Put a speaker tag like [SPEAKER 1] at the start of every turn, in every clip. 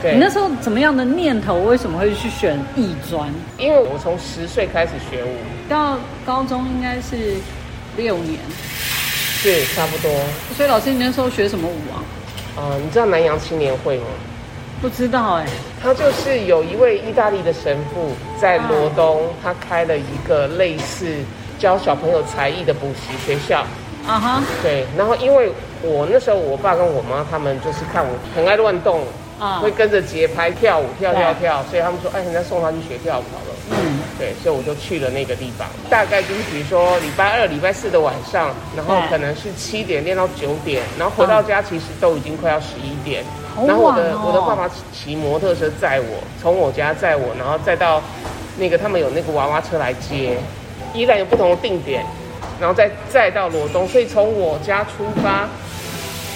[SPEAKER 1] 对
[SPEAKER 2] 你那时候怎么样的念头？为什么会去选艺专？
[SPEAKER 1] 因为我从十岁开始学舞，
[SPEAKER 2] 到高中应该是六年，
[SPEAKER 1] 是差不多。
[SPEAKER 2] 所以老师，你那时候学什么舞啊？
[SPEAKER 1] 呃，你知道南洋青年会吗？
[SPEAKER 2] 不知道哎、
[SPEAKER 1] 他就是有一位意大利的神父在罗东，
[SPEAKER 2] 啊
[SPEAKER 1] 他开了一个类似教小朋友才艺的补习学校。
[SPEAKER 2] 啊哈，
[SPEAKER 1] 对，然后因为我那时候我爸跟我妈他们就是看我很爱乱动，
[SPEAKER 2] 啊
[SPEAKER 1] 会跟着节拍跳舞跳
[SPEAKER 2] 对
[SPEAKER 1] 跳跳，所以他们说，哎，人家送他去学跳舞好了。
[SPEAKER 2] 嗯，
[SPEAKER 1] 对，所以我就去了那个地方，
[SPEAKER 2] 哦
[SPEAKER 1] 大概就是比如说礼拜二、礼拜四的晚上，然后
[SPEAKER 2] 对嗯
[SPEAKER 1] 可能是七点练到九点，然后回到家其实都已经快要十一点。
[SPEAKER 2] 好晚
[SPEAKER 1] 然后我的、
[SPEAKER 2] 哦
[SPEAKER 1] 我的爸爸骑摩托车载我，从我家载我，然后再到那个他们有那个娃娃车来接，依然有不同的定点，然后再再到罗东，所以从我家出发。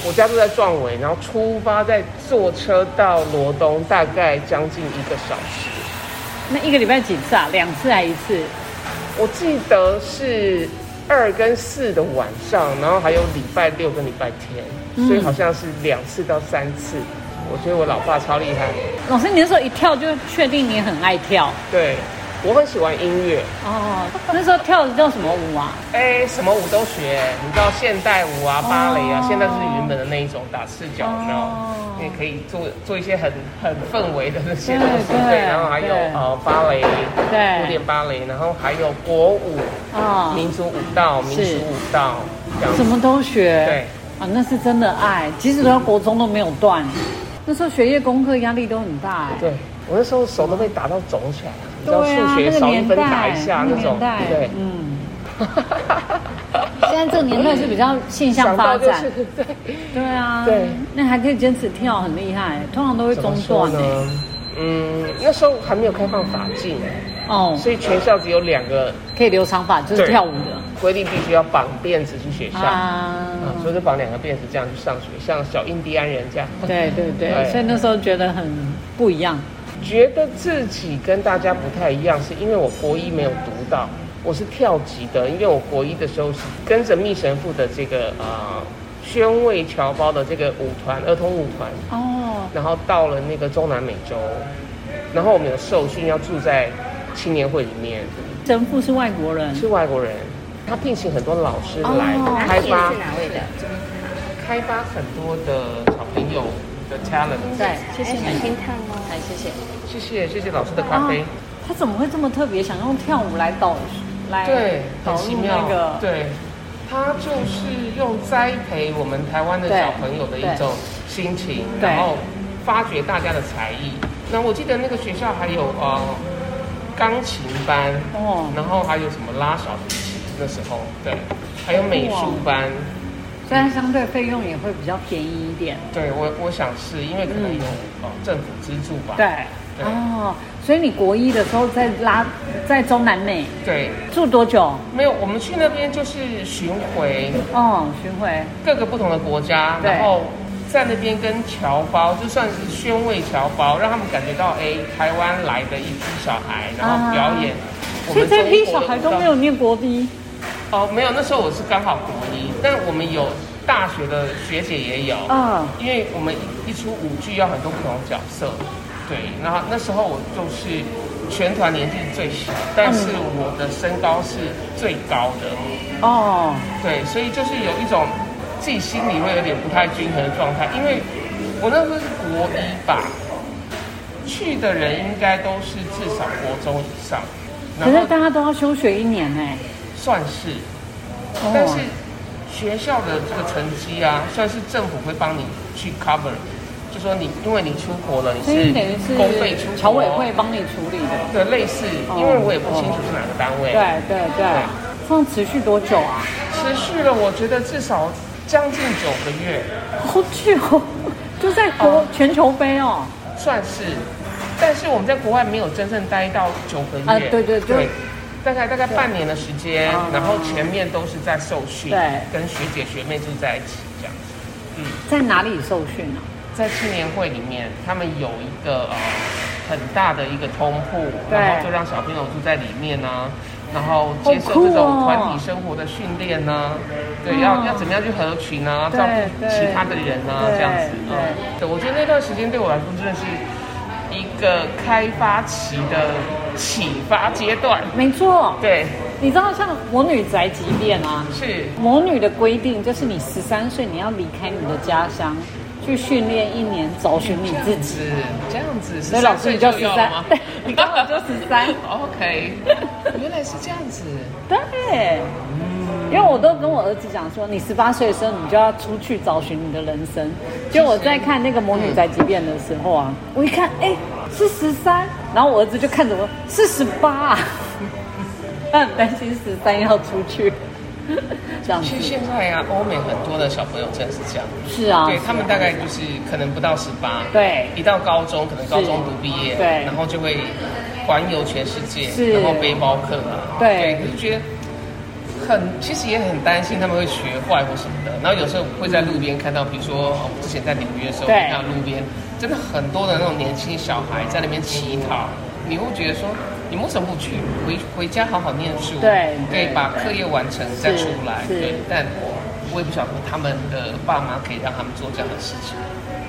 [SPEAKER 1] 我家住在壮围，然后出发再坐车到罗东，大概将近一个小时。
[SPEAKER 2] 那一个礼拜几次啊？两次还一次？
[SPEAKER 1] 我记得是二跟四的晚上，然后还有礼拜六跟礼拜天，
[SPEAKER 2] 嗯
[SPEAKER 1] 所以好像是两次到三次。我觉得我老爸超厉害，
[SPEAKER 2] 老师，你那时候一跳就确定你很爱跳
[SPEAKER 1] 对我很喜欢音乐，
[SPEAKER 2] 哦。那时候跳的叫什么舞啊？
[SPEAKER 1] 哎，什么舞都学，你知道现代舞啊、芭蕾啊
[SPEAKER 2] 哦，
[SPEAKER 1] 现在是原本的那一种打赤脚，有没有
[SPEAKER 2] 哦？
[SPEAKER 1] 你也可以做做一些很很氛围的那些
[SPEAKER 2] 对
[SPEAKER 1] 东西，对，
[SPEAKER 2] 对
[SPEAKER 1] 然后还有
[SPEAKER 2] 对哎
[SPEAKER 1] 呃芭蕾，
[SPEAKER 2] 对
[SPEAKER 1] 古典芭蕾，然后还有国舞、
[SPEAKER 2] 啊、
[SPEAKER 1] 民族舞蹈、民族
[SPEAKER 2] 是
[SPEAKER 1] 舞蹈，这样
[SPEAKER 2] 什
[SPEAKER 1] 子，
[SPEAKER 2] 么都学。
[SPEAKER 1] 对。
[SPEAKER 2] 啊，那是真的爱，即使到国中都没有断。那时候学业功课压力都很大哎。
[SPEAKER 1] 对，我那时候手都被打到肿起来了，你知道
[SPEAKER 2] 对啊
[SPEAKER 1] 数学少一分打一下
[SPEAKER 2] 那
[SPEAKER 1] 那
[SPEAKER 2] 个
[SPEAKER 1] 种
[SPEAKER 2] 年，代
[SPEAKER 1] 对。
[SPEAKER 2] 嗯。现在这个年代是比较现象
[SPEAKER 1] 想
[SPEAKER 2] 发
[SPEAKER 1] 到就
[SPEAKER 2] 展
[SPEAKER 1] 是，对，
[SPEAKER 2] 对啊，
[SPEAKER 1] 对，
[SPEAKER 2] 那还可以坚持跳，很厉害。通常都会
[SPEAKER 1] 怎
[SPEAKER 2] 中
[SPEAKER 1] 么说
[SPEAKER 2] 断哎、
[SPEAKER 1] 呢？嗯，那时候还没有开放法禁，啊
[SPEAKER 2] 哦，
[SPEAKER 1] 所以全校只有两个
[SPEAKER 2] 可以留长发，就是
[SPEAKER 1] 对
[SPEAKER 2] 跳舞的
[SPEAKER 1] 规定，必须要绑辫子去学校，啊，
[SPEAKER 2] 啊。
[SPEAKER 1] 所以就绑两个辫子这样去上学，像小印第安人这样。
[SPEAKER 2] 对对对，
[SPEAKER 1] 对
[SPEAKER 2] 所以那时候觉得很不一样。
[SPEAKER 1] 觉得自己跟大家不太一样，是因为我国一没有读到，我是跳级的。因为我国一的时候是跟着密神父的这个呃宣慰侨胞的这个舞团儿童舞团，
[SPEAKER 2] 哦，
[SPEAKER 1] 然后到了那个中南美洲，然后我们有受训要住在青年会里面，
[SPEAKER 2] 神父是外国人，
[SPEAKER 1] 是外国人，他聘请很多老师来
[SPEAKER 2] 哦
[SPEAKER 1] 开
[SPEAKER 3] 是
[SPEAKER 1] 发、
[SPEAKER 3] 哪位的？
[SPEAKER 1] 开发很多的小朋友的 talent。
[SPEAKER 2] 对，谢谢
[SPEAKER 3] 很
[SPEAKER 2] 你，
[SPEAKER 3] 听烫哦。
[SPEAKER 2] 哎，谢谢。
[SPEAKER 1] 谢谢谢谢老师的咖啡。
[SPEAKER 2] 啊他怎么会这么特别，想用跳舞来导来
[SPEAKER 1] 对，
[SPEAKER 2] 导
[SPEAKER 1] 很奇
[SPEAKER 2] 入
[SPEAKER 1] 妙
[SPEAKER 2] 那个？
[SPEAKER 1] 对，他就是用栽培我们台湾的
[SPEAKER 2] 对
[SPEAKER 1] 小朋友的一种心情，
[SPEAKER 2] 对
[SPEAKER 1] 然后发掘大家的才艺。那我记得那个学校还有呃钢琴班，
[SPEAKER 2] 哦
[SPEAKER 1] 然后还有什么拉小提琴，那时候对，还有美术班。
[SPEAKER 2] 虽然相对费用也会比较便宜一点。
[SPEAKER 1] 对我，我想是因为可能
[SPEAKER 2] 嗯
[SPEAKER 1] 有、呃政府资助吧。
[SPEAKER 2] 对，
[SPEAKER 1] 对
[SPEAKER 2] 哦，所以你国一的时候在拉在中南美
[SPEAKER 1] 对，
[SPEAKER 2] 住多久？
[SPEAKER 1] 没有，我们去那边就是巡回，
[SPEAKER 2] 哦，巡回
[SPEAKER 1] 各个不同的国家，
[SPEAKER 2] 对
[SPEAKER 1] 然后在那边跟侨胞，就算是宣慰侨胞，让他们感觉到哎，台湾来的一批小孩，然
[SPEAKER 2] 啊
[SPEAKER 1] 后表演我
[SPEAKER 2] 所以
[SPEAKER 1] 们中国的舞蹈。
[SPEAKER 2] 这批小孩都没有念国一，
[SPEAKER 1] 哦，没有，那时候我是刚好国一，但我们有大学的学姐也有，
[SPEAKER 2] 嗯
[SPEAKER 1] 因为我们一一出舞剧要很多不同的角色，对，然后那时候我就是全团年纪最小，但
[SPEAKER 2] 嗯
[SPEAKER 1] 是我的身高是最高的，
[SPEAKER 2] 哦，
[SPEAKER 1] 对，所以就是有一种自己心里会有点不太均衡的状态，因为我那时候是国一吧，去的人应该都是至少国中以上，
[SPEAKER 2] 可
[SPEAKER 1] 然
[SPEAKER 2] 是
[SPEAKER 1] 后
[SPEAKER 2] 大家都要休学一年哎、
[SPEAKER 1] 算是，
[SPEAKER 2] 哦
[SPEAKER 1] 但是学校的这个成绩啊，算是政府会帮你去 cover，就说你因为你出国了，你
[SPEAKER 2] 所
[SPEAKER 1] 是
[SPEAKER 2] 以等于
[SPEAKER 1] 公费出
[SPEAKER 2] 是
[SPEAKER 1] 国，
[SPEAKER 2] 侨委会帮你处理的，
[SPEAKER 1] 对类似，因为我也不清楚是哪个单位，
[SPEAKER 2] 对对对，这样持续多久啊？
[SPEAKER 1] 持续了，我觉得至少将近九个月。
[SPEAKER 2] 好久，哦就在国
[SPEAKER 1] 哦
[SPEAKER 2] 全球杯哦，
[SPEAKER 1] 算是，但是我们在国外没有真正待到九个月，
[SPEAKER 2] 啊对对就
[SPEAKER 1] 大概大概半年的时间
[SPEAKER 2] 啊，
[SPEAKER 1] 然后前面都是在受训，
[SPEAKER 2] 对
[SPEAKER 1] 跟学姐学妹住在一起这样子。
[SPEAKER 2] 在哪里受训啊？
[SPEAKER 1] 在青年会里面，他们有一个呃很大的一个通铺，
[SPEAKER 2] 对
[SPEAKER 1] 然后就让小朋友住在里面啊，然后接受
[SPEAKER 2] 好酷
[SPEAKER 1] 这种
[SPEAKER 2] 哦
[SPEAKER 1] 团体生活的训练呢、对，
[SPEAKER 2] 嗯
[SPEAKER 1] 要要怎么样去合群啊，
[SPEAKER 2] 对
[SPEAKER 1] 照顾其他的人啊，
[SPEAKER 2] 对
[SPEAKER 1] 这样子啊、嗯
[SPEAKER 2] 对
[SPEAKER 1] 对，我觉得那段时间对我来说真的是一个开发期的启发阶段。
[SPEAKER 2] 没错，
[SPEAKER 1] 对，
[SPEAKER 2] 你知道像魔女宅急便啊，
[SPEAKER 1] 是，
[SPEAKER 2] 魔女的规定就是你十三岁你要离开你的家乡，去训练一年，找寻你自己。
[SPEAKER 1] 是这样子。
[SPEAKER 2] 所以老师
[SPEAKER 1] 13
[SPEAKER 2] 你就
[SPEAKER 1] 岁要了吗哦
[SPEAKER 2] 13对你刚好就13
[SPEAKER 1] OK，原来是这样子。
[SPEAKER 2] 对，因为我都跟我儿子讲说，你十八岁的时候你就要出去找寻你的人生。就我在看那个《魔女宅急便》的时候啊，我一看，哎，是十三，然后我儿子就看着我，是十八、啊，他很担心十三要出去， 这样子
[SPEAKER 1] 其实现在啊，欧美很多的小朋友真的是这样，
[SPEAKER 2] 是啊，
[SPEAKER 1] 对他们大概就是可能不到十八，
[SPEAKER 2] 对
[SPEAKER 1] 一到高中可能高中读毕业，
[SPEAKER 2] 对
[SPEAKER 1] 然后就会环游全世界，
[SPEAKER 2] 是
[SPEAKER 1] 然后背包客啊，
[SPEAKER 2] 对
[SPEAKER 1] 对，就觉得。很，其实也很担心他们会学坏或什么的。然后有时候会在路边看到，比如说哦我之前在纽约的时候，
[SPEAKER 2] 对
[SPEAKER 1] 看到路边真的很多的那种年轻小孩在那边乞讨，你会觉得说，你们为什么不去回回家好好念书？
[SPEAKER 2] 对
[SPEAKER 1] 对，
[SPEAKER 2] 对
[SPEAKER 1] 把课业完成再出来。
[SPEAKER 2] 是
[SPEAKER 1] 对，但我也不晓得他们的爸妈可以让他们做这样的事情，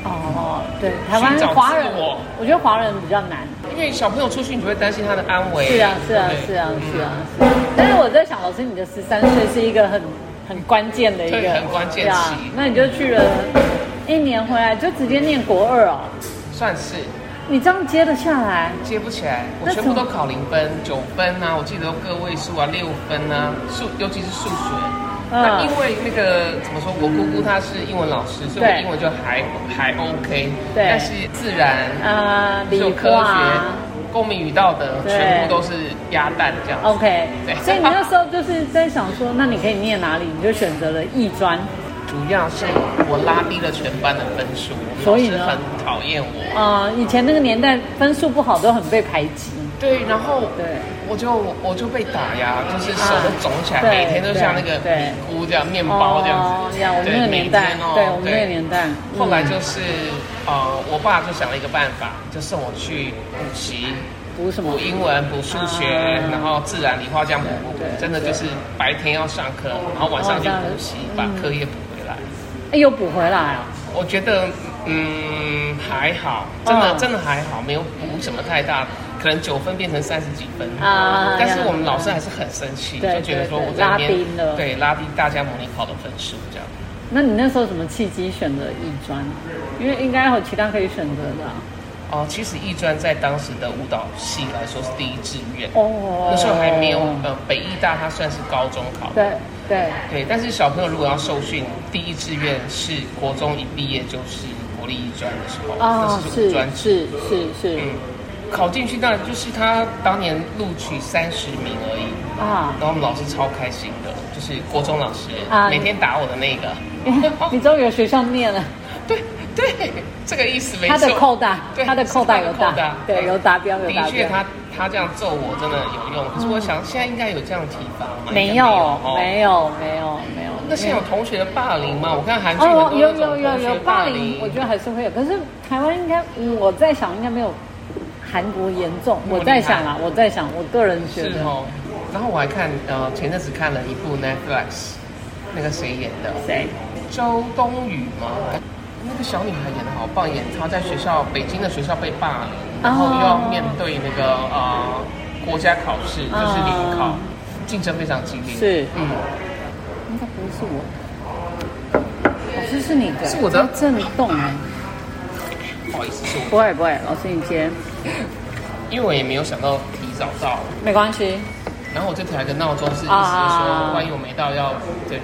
[SPEAKER 2] 哦，对，台湾华人
[SPEAKER 1] 寻找自我，
[SPEAKER 2] 我觉得华人比较难。
[SPEAKER 1] 因为小朋友出去，你就会担心他的安危。
[SPEAKER 2] 是啊，是啊，
[SPEAKER 1] 对
[SPEAKER 2] 是啊，是啊。是啊但是我在想，老师，你的十三岁是一个很很关键的一
[SPEAKER 1] 对
[SPEAKER 2] 个
[SPEAKER 1] 很关键
[SPEAKER 2] 对啊
[SPEAKER 1] 期
[SPEAKER 2] 那你就去了一年回来，就直接念国二哦。
[SPEAKER 1] 算是
[SPEAKER 2] 你这样接得下来？
[SPEAKER 1] 接不起来，我
[SPEAKER 2] 那
[SPEAKER 1] 全部
[SPEAKER 2] 怎
[SPEAKER 1] 都
[SPEAKER 2] 么
[SPEAKER 1] 考零分、九分啊，我记得都个位数啊，六分啊，数尤其是数学。
[SPEAKER 2] 嗯
[SPEAKER 1] 那因为那个怎么说，我姑姑她是英文老师，所以我
[SPEAKER 2] 对
[SPEAKER 1] 英文就还还 OK。
[SPEAKER 2] 对
[SPEAKER 1] 但是自然、
[SPEAKER 2] 呃，
[SPEAKER 1] 就
[SPEAKER 2] 理啊
[SPEAKER 1] 科学
[SPEAKER 2] 化、
[SPEAKER 1] 公民与道德
[SPEAKER 2] 对
[SPEAKER 1] 全部都是鸭蛋这样子。
[SPEAKER 2] ，OK
[SPEAKER 1] 对。
[SPEAKER 2] 所以你那时候就是在想说，那你可以念哪里？你就选择了艺专。
[SPEAKER 1] 主要是我拉低了全班的分数，
[SPEAKER 2] 所以
[SPEAKER 1] 老师
[SPEAKER 2] 呢
[SPEAKER 1] 很讨厌我。
[SPEAKER 2] 呃，以前那个年代分数不好都很被排挤。
[SPEAKER 1] 对，然后
[SPEAKER 2] 对，
[SPEAKER 1] 我就我就被打呀，就是手
[SPEAKER 2] 啊
[SPEAKER 1] 都肿起来，
[SPEAKER 2] 对
[SPEAKER 1] 每天都像那个
[SPEAKER 2] 对哦
[SPEAKER 1] 米糊这样、面包这样子。
[SPEAKER 2] 呀，我们那个
[SPEAKER 1] 对
[SPEAKER 2] 年代
[SPEAKER 1] 每天，哦
[SPEAKER 2] 对我们那个年代，
[SPEAKER 1] 后来
[SPEAKER 2] 嗯
[SPEAKER 1] 就是呃，我爸就想了一个办法，就送我去补习，
[SPEAKER 2] 补什么
[SPEAKER 1] 补？英文、补数学，
[SPEAKER 2] 啊
[SPEAKER 1] 然后自然、理化这样补补补
[SPEAKER 2] 对，对哦
[SPEAKER 1] 真的就是白天要上课，然后晚上去补习，把课业补回来。
[SPEAKER 2] 哎，又补回来啊。
[SPEAKER 1] 我觉得，嗯，还好，真的、
[SPEAKER 2] 嗯
[SPEAKER 1] 真的还好，没有补什么太大，可能九分变成三十几分
[SPEAKER 2] 啊
[SPEAKER 1] 但是
[SPEAKER 2] 呀
[SPEAKER 1] 我们老师还是很生气，
[SPEAKER 2] 对
[SPEAKER 1] 就觉得说
[SPEAKER 2] 对对
[SPEAKER 1] 我在那边
[SPEAKER 2] 拉低了
[SPEAKER 1] 对拉低大家模拟考的分数这样。
[SPEAKER 2] 那你那时候什么契机选择艺专？因为应该有其他可以选择的啊、
[SPEAKER 1] 哦，其实艺专在当时的舞蹈系来说是第一志愿，
[SPEAKER 2] 哦
[SPEAKER 1] 那时候还没有呃北艺大，它算是高中考。
[SPEAKER 2] 对对
[SPEAKER 1] 对，但是小朋友如果要受训，第一志愿是国中一毕业就是国立艺专的时候，
[SPEAKER 2] 啊，
[SPEAKER 1] 那是
[SPEAKER 2] 是
[SPEAKER 1] 五专
[SPEAKER 2] 是是是
[SPEAKER 1] 嗯，考进去当然就是他当年录取三十名而已，
[SPEAKER 2] 啊
[SPEAKER 1] 然，后我们老师超开心的，就是国中老师、
[SPEAKER 2] 啊
[SPEAKER 1] 每天打我的 那个，哦
[SPEAKER 2] 你终于有学校念了，
[SPEAKER 1] 对对，这个意思没错。
[SPEAKER 2] 他的扣打
[SPEAKER 1] 对，
[SPEAKER 2] 他的扣打有
[SPEAKER 1] 是他的扣
[SPEAKER 2] 打
[SPEAKER 1] 打，
[SPEAKER 2] 对，有达标有达
[SPEAKER 1] 的确
[SPEAKER 2] 标，
[SPEAKER 1] 他他这样揍我真的有用，可是我想现在应该有这样的体罚吗？
[SPEAKER 2] 没
[SPEAKER 1] 应该
[SPEAKER 2] 有
[SPEAKER 1] 哦
[SPEAKER 2] 没有没有没有，
[SPEAKER 1] 那现在有同学的霸凌吗？我看韩剧很
[SPEAKER 2] 哦
[SPEAKER 1] 多，
[SPEAKER 2] 有
[SPEAKER 1] 那
[SPEAKER 2] 有
[SPEAKER 1] 种
[SPEAKER 2] 有
[SPEAKER 1] 同学
[SPEAKER 2] 有霸凌，我觉得还是会有。可是台湾应该，嗯，我在想应该没有韩国严重。
[SPEAKER 1] 那么
[SPEAKER 2] 我在
[SPEAKER 1] 厉害
[SPEAKER 2] 想啊，我在想，我个人觉
[SPEAKER 1] 是
[SPEAKER 2] 得
[SPEAKER 1] 哦。然后我还看呃前阵子看了一部 Netflix，那个谁演的？
[SPEAKER 2] 谁？
[SPEAKER 1] 周冬雨吗？那个小女孩演的好棒，演她在学校北京的学校被霸凌，
[SPEAKER 2] 哦
[SPEAKER 1] 然后又要面对那个呃国家考试，就是联考
[SPEAKER 2] 啊，
[SPEAKER 1] 竞争非常激烈。
[SPEAKER 2] 是
[SPEAKER 1] 嗯，
[SPEAKER 2] 应该不是我，老师是你的，
[SPEAKER 1] 是我的啊
[SPEAKER 2] 在震动哎，
[SPEAKER 1] 不好意思，是我，
[SPEAKER 2] 不会不会，老师你接，
[SPEAKER 1] 因为我也没有想到提早到，
[SPEAKER 2] 没关系，
[SPEAKER 1] 然后我就调一个闹钟，是意思是说
[SPEAKER 2] 啊，
[SPEAKER 1] 万一我没到要对，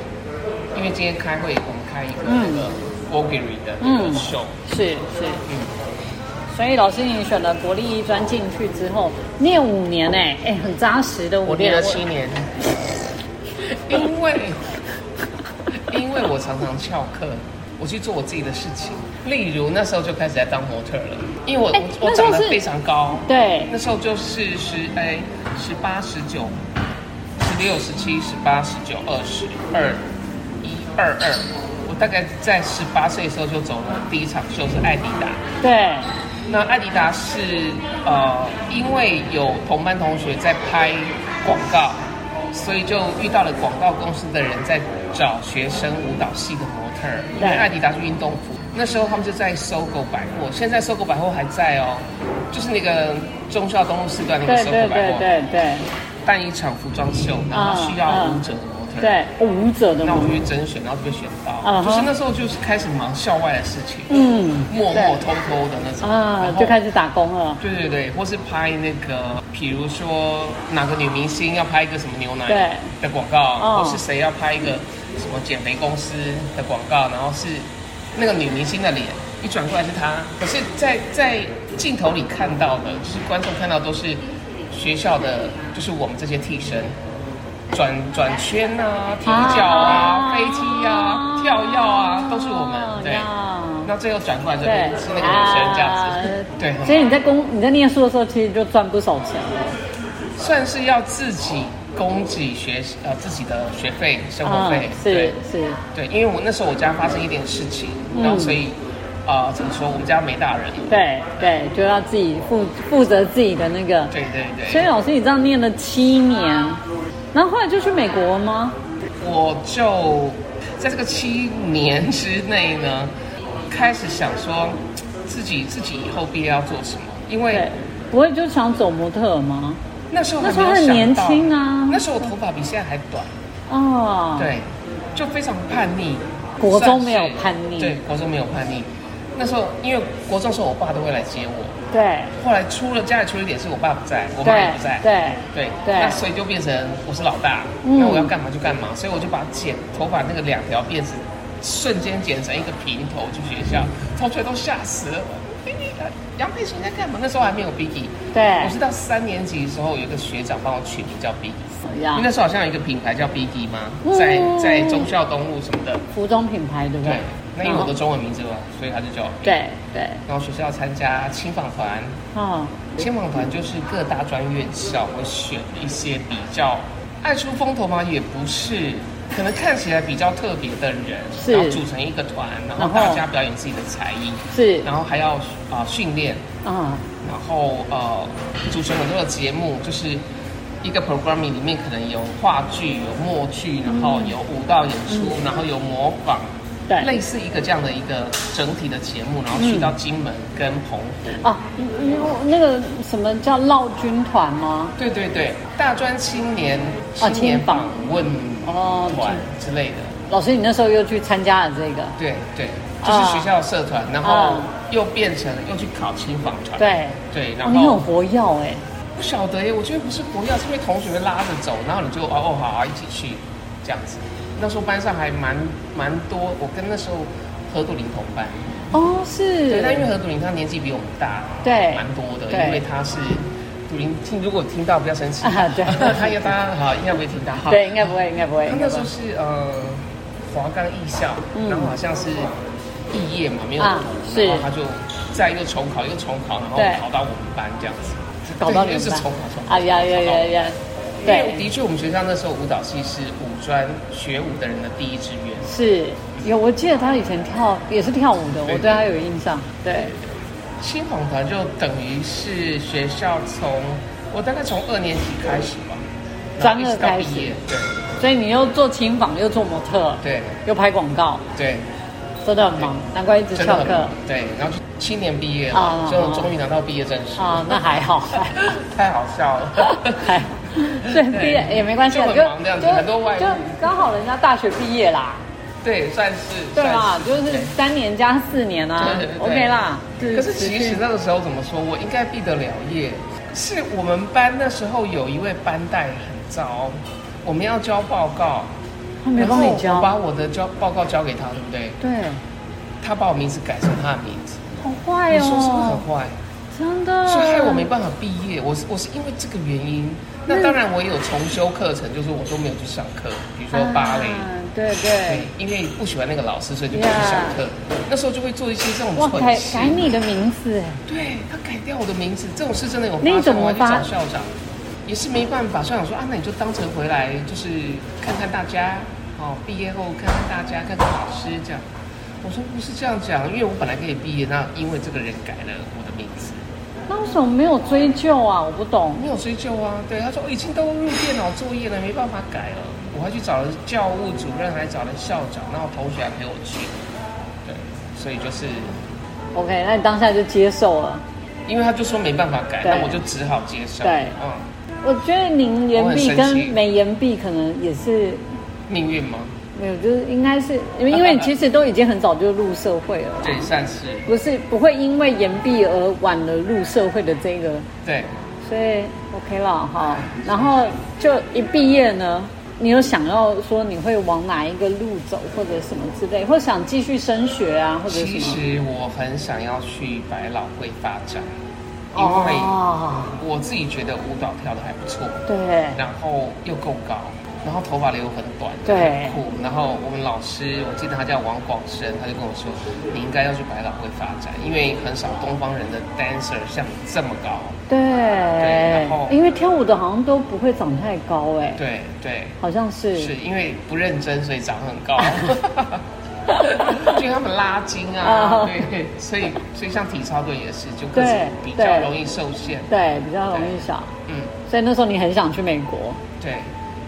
[SPEAKER 1] 因为今天开会我们开一个
[SPEAKER 2] 嗯
[SPEAKER 1] 那个 Voguery 的那个
[SPEAKER 2] 嗯
[SPEAKER 1] show，
[SPEAKER 2] 是是，
[SPEAKER 1] 嗯
[SPEAKER 2] 所以老师你选了国立医专进去之后，念五年哎哎，很扎实的五
[SPEAKER 1] 我练
[SPEAKER 2] 年，
[SPEAKER 1] 了七年，因为因为我常常翘课，我去做我自己的事情，例如那时候就开始在当模特儿了，因为我、
[SPEAKER 2] 哎
[SPEAKER 1] 我我
[SPEAKER 2] 那时候
[SPEAKER 1] 长得
[SPEAKER 2] 是
[SPEAKER 1] 非常高，
[SPEAKER 2] 对
[SPEAKER 1] 那时候就是十哎十八十九十六十七十八十九二十二一二二，我大概在十八岁的时候就走了第一场秀是艾迪达，
[SPEAKER 2] 对，
[SPEAKER 1] 那艾迪达是呃，因为有同班同学在拍广告，所以就遇到了广告公司的人在找学生舞蹈系的模特儿，因为
[SPEAKER 2] 对
[SPEAKER 1] 艾迪达是运动服。那时候他们就在搜狗百货，现在搜狗百货还在哦，就是那个忠孝东路四段那个
[SPEAKER 2] 对
[SPEAKER 1] 搜狗
[SPEAKER 2] 对
[SPEAKER 1] 百
[SPEAKER 2] 对
[SPEAKER 1] 货，
[SPEAKER 2] 对对
[SPEAKER 1] 办一场服装秀，然后需要舞者的模特儿。
[SPEAKER 2] 对，舞者的
[SPEAKER 1] 那我
[SPEAKER 2] 模
[SPEAKER 1] 就去甄选，然后就被选到，
[SPEAKER 2] 嗯哼
[SPEAKER 1] 就是那时候就是开始忙校外的事情，
[SPEAKER 2] 嗯，
[SPEAKER 1] 默默
[SPEAKER 2] 对
[SPEAKER 1] 偷偷的那种
[SPEAKER 2] 啊
[SPEAKER 1] 然，后
[SPEAKER 2] 就开始打工了。
[SPEAKER 1] 对对对，或是拍那个，比如说哪个女明星要拍一个什么牛奶
[SPEAKER 2] 对
[SPEAKER 1] 的广告，
[SPEAKER 2] 哦
[SPEAKER 1] 或是谁要拍一个什么减肥公司的广告，然后是那个女明星的脸一转过来是她，可是在，在镜头里看到的，就是观众看到都是学校的，就是我们这些替身。转转圈啊，踢脚啊，
[SPEAKER 2] 啊
[SPEAKER 1] 飞踢啊，跳跃啊，都是我们。对，
[SPEAKER 2] 呀
[SPEAKER 1] 那最后转过来就
[SPEAKER 2] 对
[SPEAKER 1] 哎是那个女生这样
[SPEAKER 2] 啊
[SPEAKER 1] 子。对，很
[SPEAKER 2] 所以你在工你在念书的时候，其实就赚不少钱了。
[SPEAKER 1] 算是要自己供给学习呃自己的学费、生活
[SPEAKER 2] 啊
[SPEAKER 1] 费，，
[SPEAKER 2] 是是，
[SPEAKER 1] 对对，因为我那时候我家发生一点事情，
[SPEAKER 2] 嗯
[SPEAKER 1] 然后所以呃怎么说，我们家没大人，
[SPEAKER 2] 对对，就要自己负负责自己的那个。
[SPEAKER 1] 对对
[SPEAKER 2] 所以
[SPEAKER 1] 对，
[SPEAKER 2] 老师，你这样念了七年，然后后来就去美国了吗？
[SPEAKER 1] 我就在这个七年之内呢，开始想说自己自己以后毕业要做什么，因为
[SPEAKER 2] 对，不会就想走模特儿吗？
[SPEAKER 1] 那时候还
[SPEAKER 2] 那时
[SPEAKER 1] 没
[SPEAKER 2] 候
[SPEAKER 1] 有
[SPEAKER 2] 很
[SPEAKER 1] 想
[SPEAKER 2] 年
[SPEAKER 1] 到
[SPEAKER 2] 轻啊
[SPEAKER 1] 那时候我头发比现在还短，
[SPEAKER 2] 哦，，
[SPEAKER 1] 对，就非常叛逆。
[SPEAKER 2] 国中
[SPEAKER 1] 算是
[SPEAKER 2] 没有叛逆
[SPEAKER 1] 对，国中没有叛逆。那时候因为国中的时候，我爸都会来接我。
[SPEAKER 2] 对
[SPEAKER 1] 后来出了家里出了一点事，我爸不在，我妈也不在。
[SPEAKER 2] 对
[SPEAKER 1] 对
[SPEAKER 2] 对
[SPEAKER 1] 那所以就变成我是老大，
[SPEAKER 2] 嗯
[SPEAKER 1] 那我要干嘛就干嘛，所以我就把剪头发那个两条辫子瞬间剪成一个平头去学校，同学都吓死了。哎你呃杨佩琴在干嘛？那时候还没有 Biggie，
[SPEAKER 2] 对
[SPEAKER 1] 我，是到三年级的时候，有一个学长帮我取名叫 Biggie。
[SPEAKER 2] 怎么
[SPEAKER 1] 因为
[SPEAKER 2] 样
[SPEAKER 1] 那？时候好像有一个品牌叫 Biggie 嘛，
[SPEAKER 2] 嗯
[SPEAKER 1] 在在忠孝东路什么的。
[SPEAKER 2] 服装品牌对不
[SPEAKER 1] 对
[SPEAKER 2] 对，？
[SPEAKER 1] 那因为我的中文名字嘛，所以他就叫我 Biggie。
[SPEAKER 2] 对对，
[SPEAKER 1] 然后学校参加青访团，
[SPEAKER 2] 哦，
[SPEAKER 1] 青访团就是各大专院校会选一些比较爱出风头嘛，也不是，可能看起来比较特别的人，
[SPEAKER 2] 是
[SPEAKER 1] 然后组成一个团，然后
[SPEAKER 2] 然
[SPEAKER 1] 大
[SPEAKER 2] 后
[SPEAKER 1] 家表演自己的才艺，
[SPEAKER 2] 是，
[SPEAKER 1] 然后还要啊、呃训练，
[SPEAKER 2] 啊，
[SPEAKER 1] 然后呃，主持人很多的节目，就是一个 programming 里面可能有话剧、有默剧，然后有舞蹈演出，然后有模仿，
[SPEAKER 2] 对，
[SPEAKER 1] 类似一个这样的一个整体的节目，然后去到金门跟澎湖。
[SPEAKER 2] 啊，嗯嗯那个什么叫绕军团吗？
[SPEAKER 1] 对对对，大专青年
[SPEAKER 2] 哦
[SPEAKER 1] 青年
[SPEAKER 2] 青访
[SPEAKER 1] 访问
[SPEAKER 2] 哦
[SPEAKER 1] 团之类的，
[SPEAKER 2] 老师，你那时候又去参加了这个，
[SPEAKER 1] 对对，就是
[SPEAKER 2] 哦
[SPEAKER 1] 学校的社团，然后
[SPEAKER 2] 嗯
[SPEAKER 1] 又变成又去考青访团。
[SPEAKER 2] 对，
[SPEAKER 1] 对，
[SPEAKER 2] 哦
[SPEAKER 1] 然
[SPEAKER 2] 你
[SPEAKER 1] 后
[SPEAKER 2] 很活跃哎，
[SPEAKER 1] 不晓得耶，我觉得不是不要，是因为同学拉着走，然后你就哦哦好啊一起去这样子。那时候班上还蛮蛮多，我跟那时候何杜林同班，
[SPEAKER 2] 哦
[SPEAKER 1] 对，
[SPEAKER 2] 是，
[SPEAKER 1] 但因为何杜林他年纪比我们大，
[SPEAKER 2] 对
[SPEAKER 1] 蛮多的，
[SPEAKER 2] 对
[SPEAKER 1] 因为他是杜林听，如果听到不要生气，
[SPEAKER 2] 啊对
[SPEAKER 1] 他也大家好，应该不会听到，哈
[SPEAKER 2] 对，应该不会，应该不会，
[SPEAKER 1] 他
[SPEAKER 2] 应该
[SPEAKER 1] 那
[SPEAKER 2] 不
[SPEAKER 1] 时
[SPEAKER 2] 会
[SPEAKER 1] 候是呃华冈艺校，
[SPEAKER 2] 嗯
[SPEAKER 1] 然后好像是肄业嘛，没有读，
[SPEAKER 2] 啊是
[SPEAKER 1] 然后他就再又重考又重考，然后
[SPEAKER 2] 对
[SPEAKER 1] 考到我们班这样子，
[SPEAKER 2] 搞到
[SPEAKER 1] 对
[SPEAKER 2] 你
[SPEAKER 1] 又是
[SPEAKER 2] 吧
[SPEAKER 1] 重考重考，
[SPEAKER 2] 啊呀呀
[SPEAKER 1] 重考
[SPEAKER 2] 呀呀，
[SPEAKER 1] 因为
[SPEAKER 2] 对，
[SPEAKER 1] 的确，我们学校那时候舞蹈系是舞专学舞的人的第一志愿。
[SPEAKER 2] 是有，我记得他以前跳也是跳舞的，
[SPEAKER 1] 对
[SPEAKER 2] 我对他有印象，对，
[SPEAKER 1] 青访团就等于是学校从我大概从二年级开始吧，然后一直到毕业，对
[SPEAKER 2] 所以你又做琴房，又做模特，
[SPEAKER 1] 对
[SPEAKER 2] 又拍广告，
[SPEAKER 1] 对，
[SPEAKER 2] 真的很忙，难怪一直
[SPEAKER 1] 真
[SPEAKER 2] 翘
[SPEAKER 1] 的很
[SPEAKER 2] 课
[SPEAKER 1] 忙对，然后就七年毕业
[SPEAKER 2] 啊
[SPEAKER 1] 了，就终于拿到毕业证书，
[SPEAKER 2] 啊，那 还好，哦
[SPEAKER 1] 太好笑 了。
[SPEAKER 2] 还对，哎毕业也没关系啊，
[SPEAKER 1] 就很忙这样子，很多外
[SPEAKER 2] 就
[SPEAKER 1] 务，
[SPEAKER 2] 刚好人家大学毕业啦，
[SPEAKER 1] 对，算是
[SPEAKER 2] 对
[SPEAKER 1] 算
[SPEAKER 2] 啦，
[SPEAKER 1] 是
[SPEAKER 2] 就是
[SPEAKER 1] 对
[SPEAKER 2] 三年加四年啊
[SPEAKER 1] 对对对
[SPEAKER 2] ，OK 啦。
[SPEAKER 1] 可是其实那个时候怎么说，我应该毕得了业。是我们班那时候有一位班代很糟，我们要交报告，
[SPEAKER 2] 他没帮
[SPEAKER 1] 然
[SPEAKER 2] 你
[SPEAKER 1] 后我把
[SPEAKER 2] 教，
[SPEAKER 1] 我的交报告交给他，对不对？
[SPEAKER 2] 对，
[SPEAKER 1] 他把我名字改成他的名字，
[SPEAKER 2] 好坏
[SPEAKER 1] 你说是不是很
[SPEAKER 2] 哦，
[SPEAKER 1] 坏？
[SPEAKER 2] 真的。
[SPEAKER 1] 所以害我没办法毕业，我是我是因为这个原因。那
[SPEAKER 2] 那
[SPEAKER 1] 当然我也有重修课程，就是我都没有去上课，比如说芭蕾。
[SPEAKER 2] 啊对
[SPEAKER 1] 对
[SPEAKER 2] 对。，
[SPEAKER 1] 因为不喜欢那个老师，所以就不去上课。那时候就会做一些这种
[SPEAKER 2] 哇，
[SPEAKER 1] 蠢
[SPEAKER 2] 改
[SPEAKER 1] 事。
[SPEAKER 2] 改你的名字哎，
[SPEAKER 1] 对他改掉我的名字，这种事真的有发
[SPEAKER 2] 那你
[SPEAKER 1] 生，
[SPEAKER 2] 怎么
[SPEAKER 1] 我还去
[SPEAKER 2] 发
[SPEAKER 1] 找校长，也是没办法。校长说啊，那你就当成回来，就是看看大家，哦，毕业后看看大家，看看老师这样。我说不是这样讲，因为我本来可以毕业，那因为这个人改了我的名字，
[SPEAKER 2] 那为什么没有追究啊？我不懂。
[SPEAKER 1] 没有追究啊。对，他说已经都入电脑作业了，没办法改了。我还去找了教务主任，还找了校长，然后同学还陪我去。对，所以就是
[SPEAKER 2] OK，那你当下就接受了。
[SPEAKER 1] 因为他就说没办法改，
[SPEAKER 2] 对
[SPEAKER 1] 那我就只好接受。
[SPEAKER 2] 对
[SPEAKER 1] 嗯，
[SPEAKER 2] 我觉得零岩
[SPEAKER 1] 我
[SPEAKER 2] 壁
[SPEAKER 1] 很
[SPEAKER 2] 跟
[SPEAKER 1] 生气
[SPEAKER 2] 没岩壁可能也是
[SPEAKER 1] 命运吗？
[SPEAKER 2] 没有，就是应该是因为因为你其实都已经很早就入社会了啦，
[SPEAKER 1] 对，算是
[SPEAKER 2] 不是不会因为岩壁而晚了入社会的这个，
[SPEAKER 1] 对。
[SPEAKER 2] 所以 OK 了哈。然后就一毕业呢，你有想要说你会往哪一个路走，或者什么之类，或想继续升学啊，或者什
[SPEAKER 1] 其
[SPEAKER 2] 么？
[SPEAKER 1] 实我很想要去百老汇发展，因为
[SPEAKER 2] 哦，
[SPEAKER 1] 我自己觉得舞蹈跳的还不错，
[SPEAKER 2] 对
[SPEAKER 1] 然后又够高，然后头发留很短，
[SPEAKER 2] 对
[SPEAKER 1] 很酷。然后我们老师，我记得他叫王广生，他就跟我说，你应该要去百老汇发展，因为很少东方人的 dancer 像你这么高。
[SPEAKER 2] 对
[SPEAKER 1] 然后，
[SPEAKER 2] 因为跳舞的好像都不会长太高哎、
[SPEAKER 1] 对对，
[SPEAKER 2] 好像是
[SPEAKER 1] 是因为不认真，所以长很 高。就他们拉筋啊，
[SPEAKER 2] 啊
[SPEAKER 1] 对，所以所以像体操队也是，就各自
[SPEAKER 2] 对
[SPEAKER 1] 比
[SPEAKER 2] 对
[SPEAKER 1] 较容易受限。
[SPEAKER 2] 对比较容易少，
[SPEAKER 1] 嗯，
[SPEAKER 2] 所以那时候你很想去美国。
[SPEAKER 1] 对，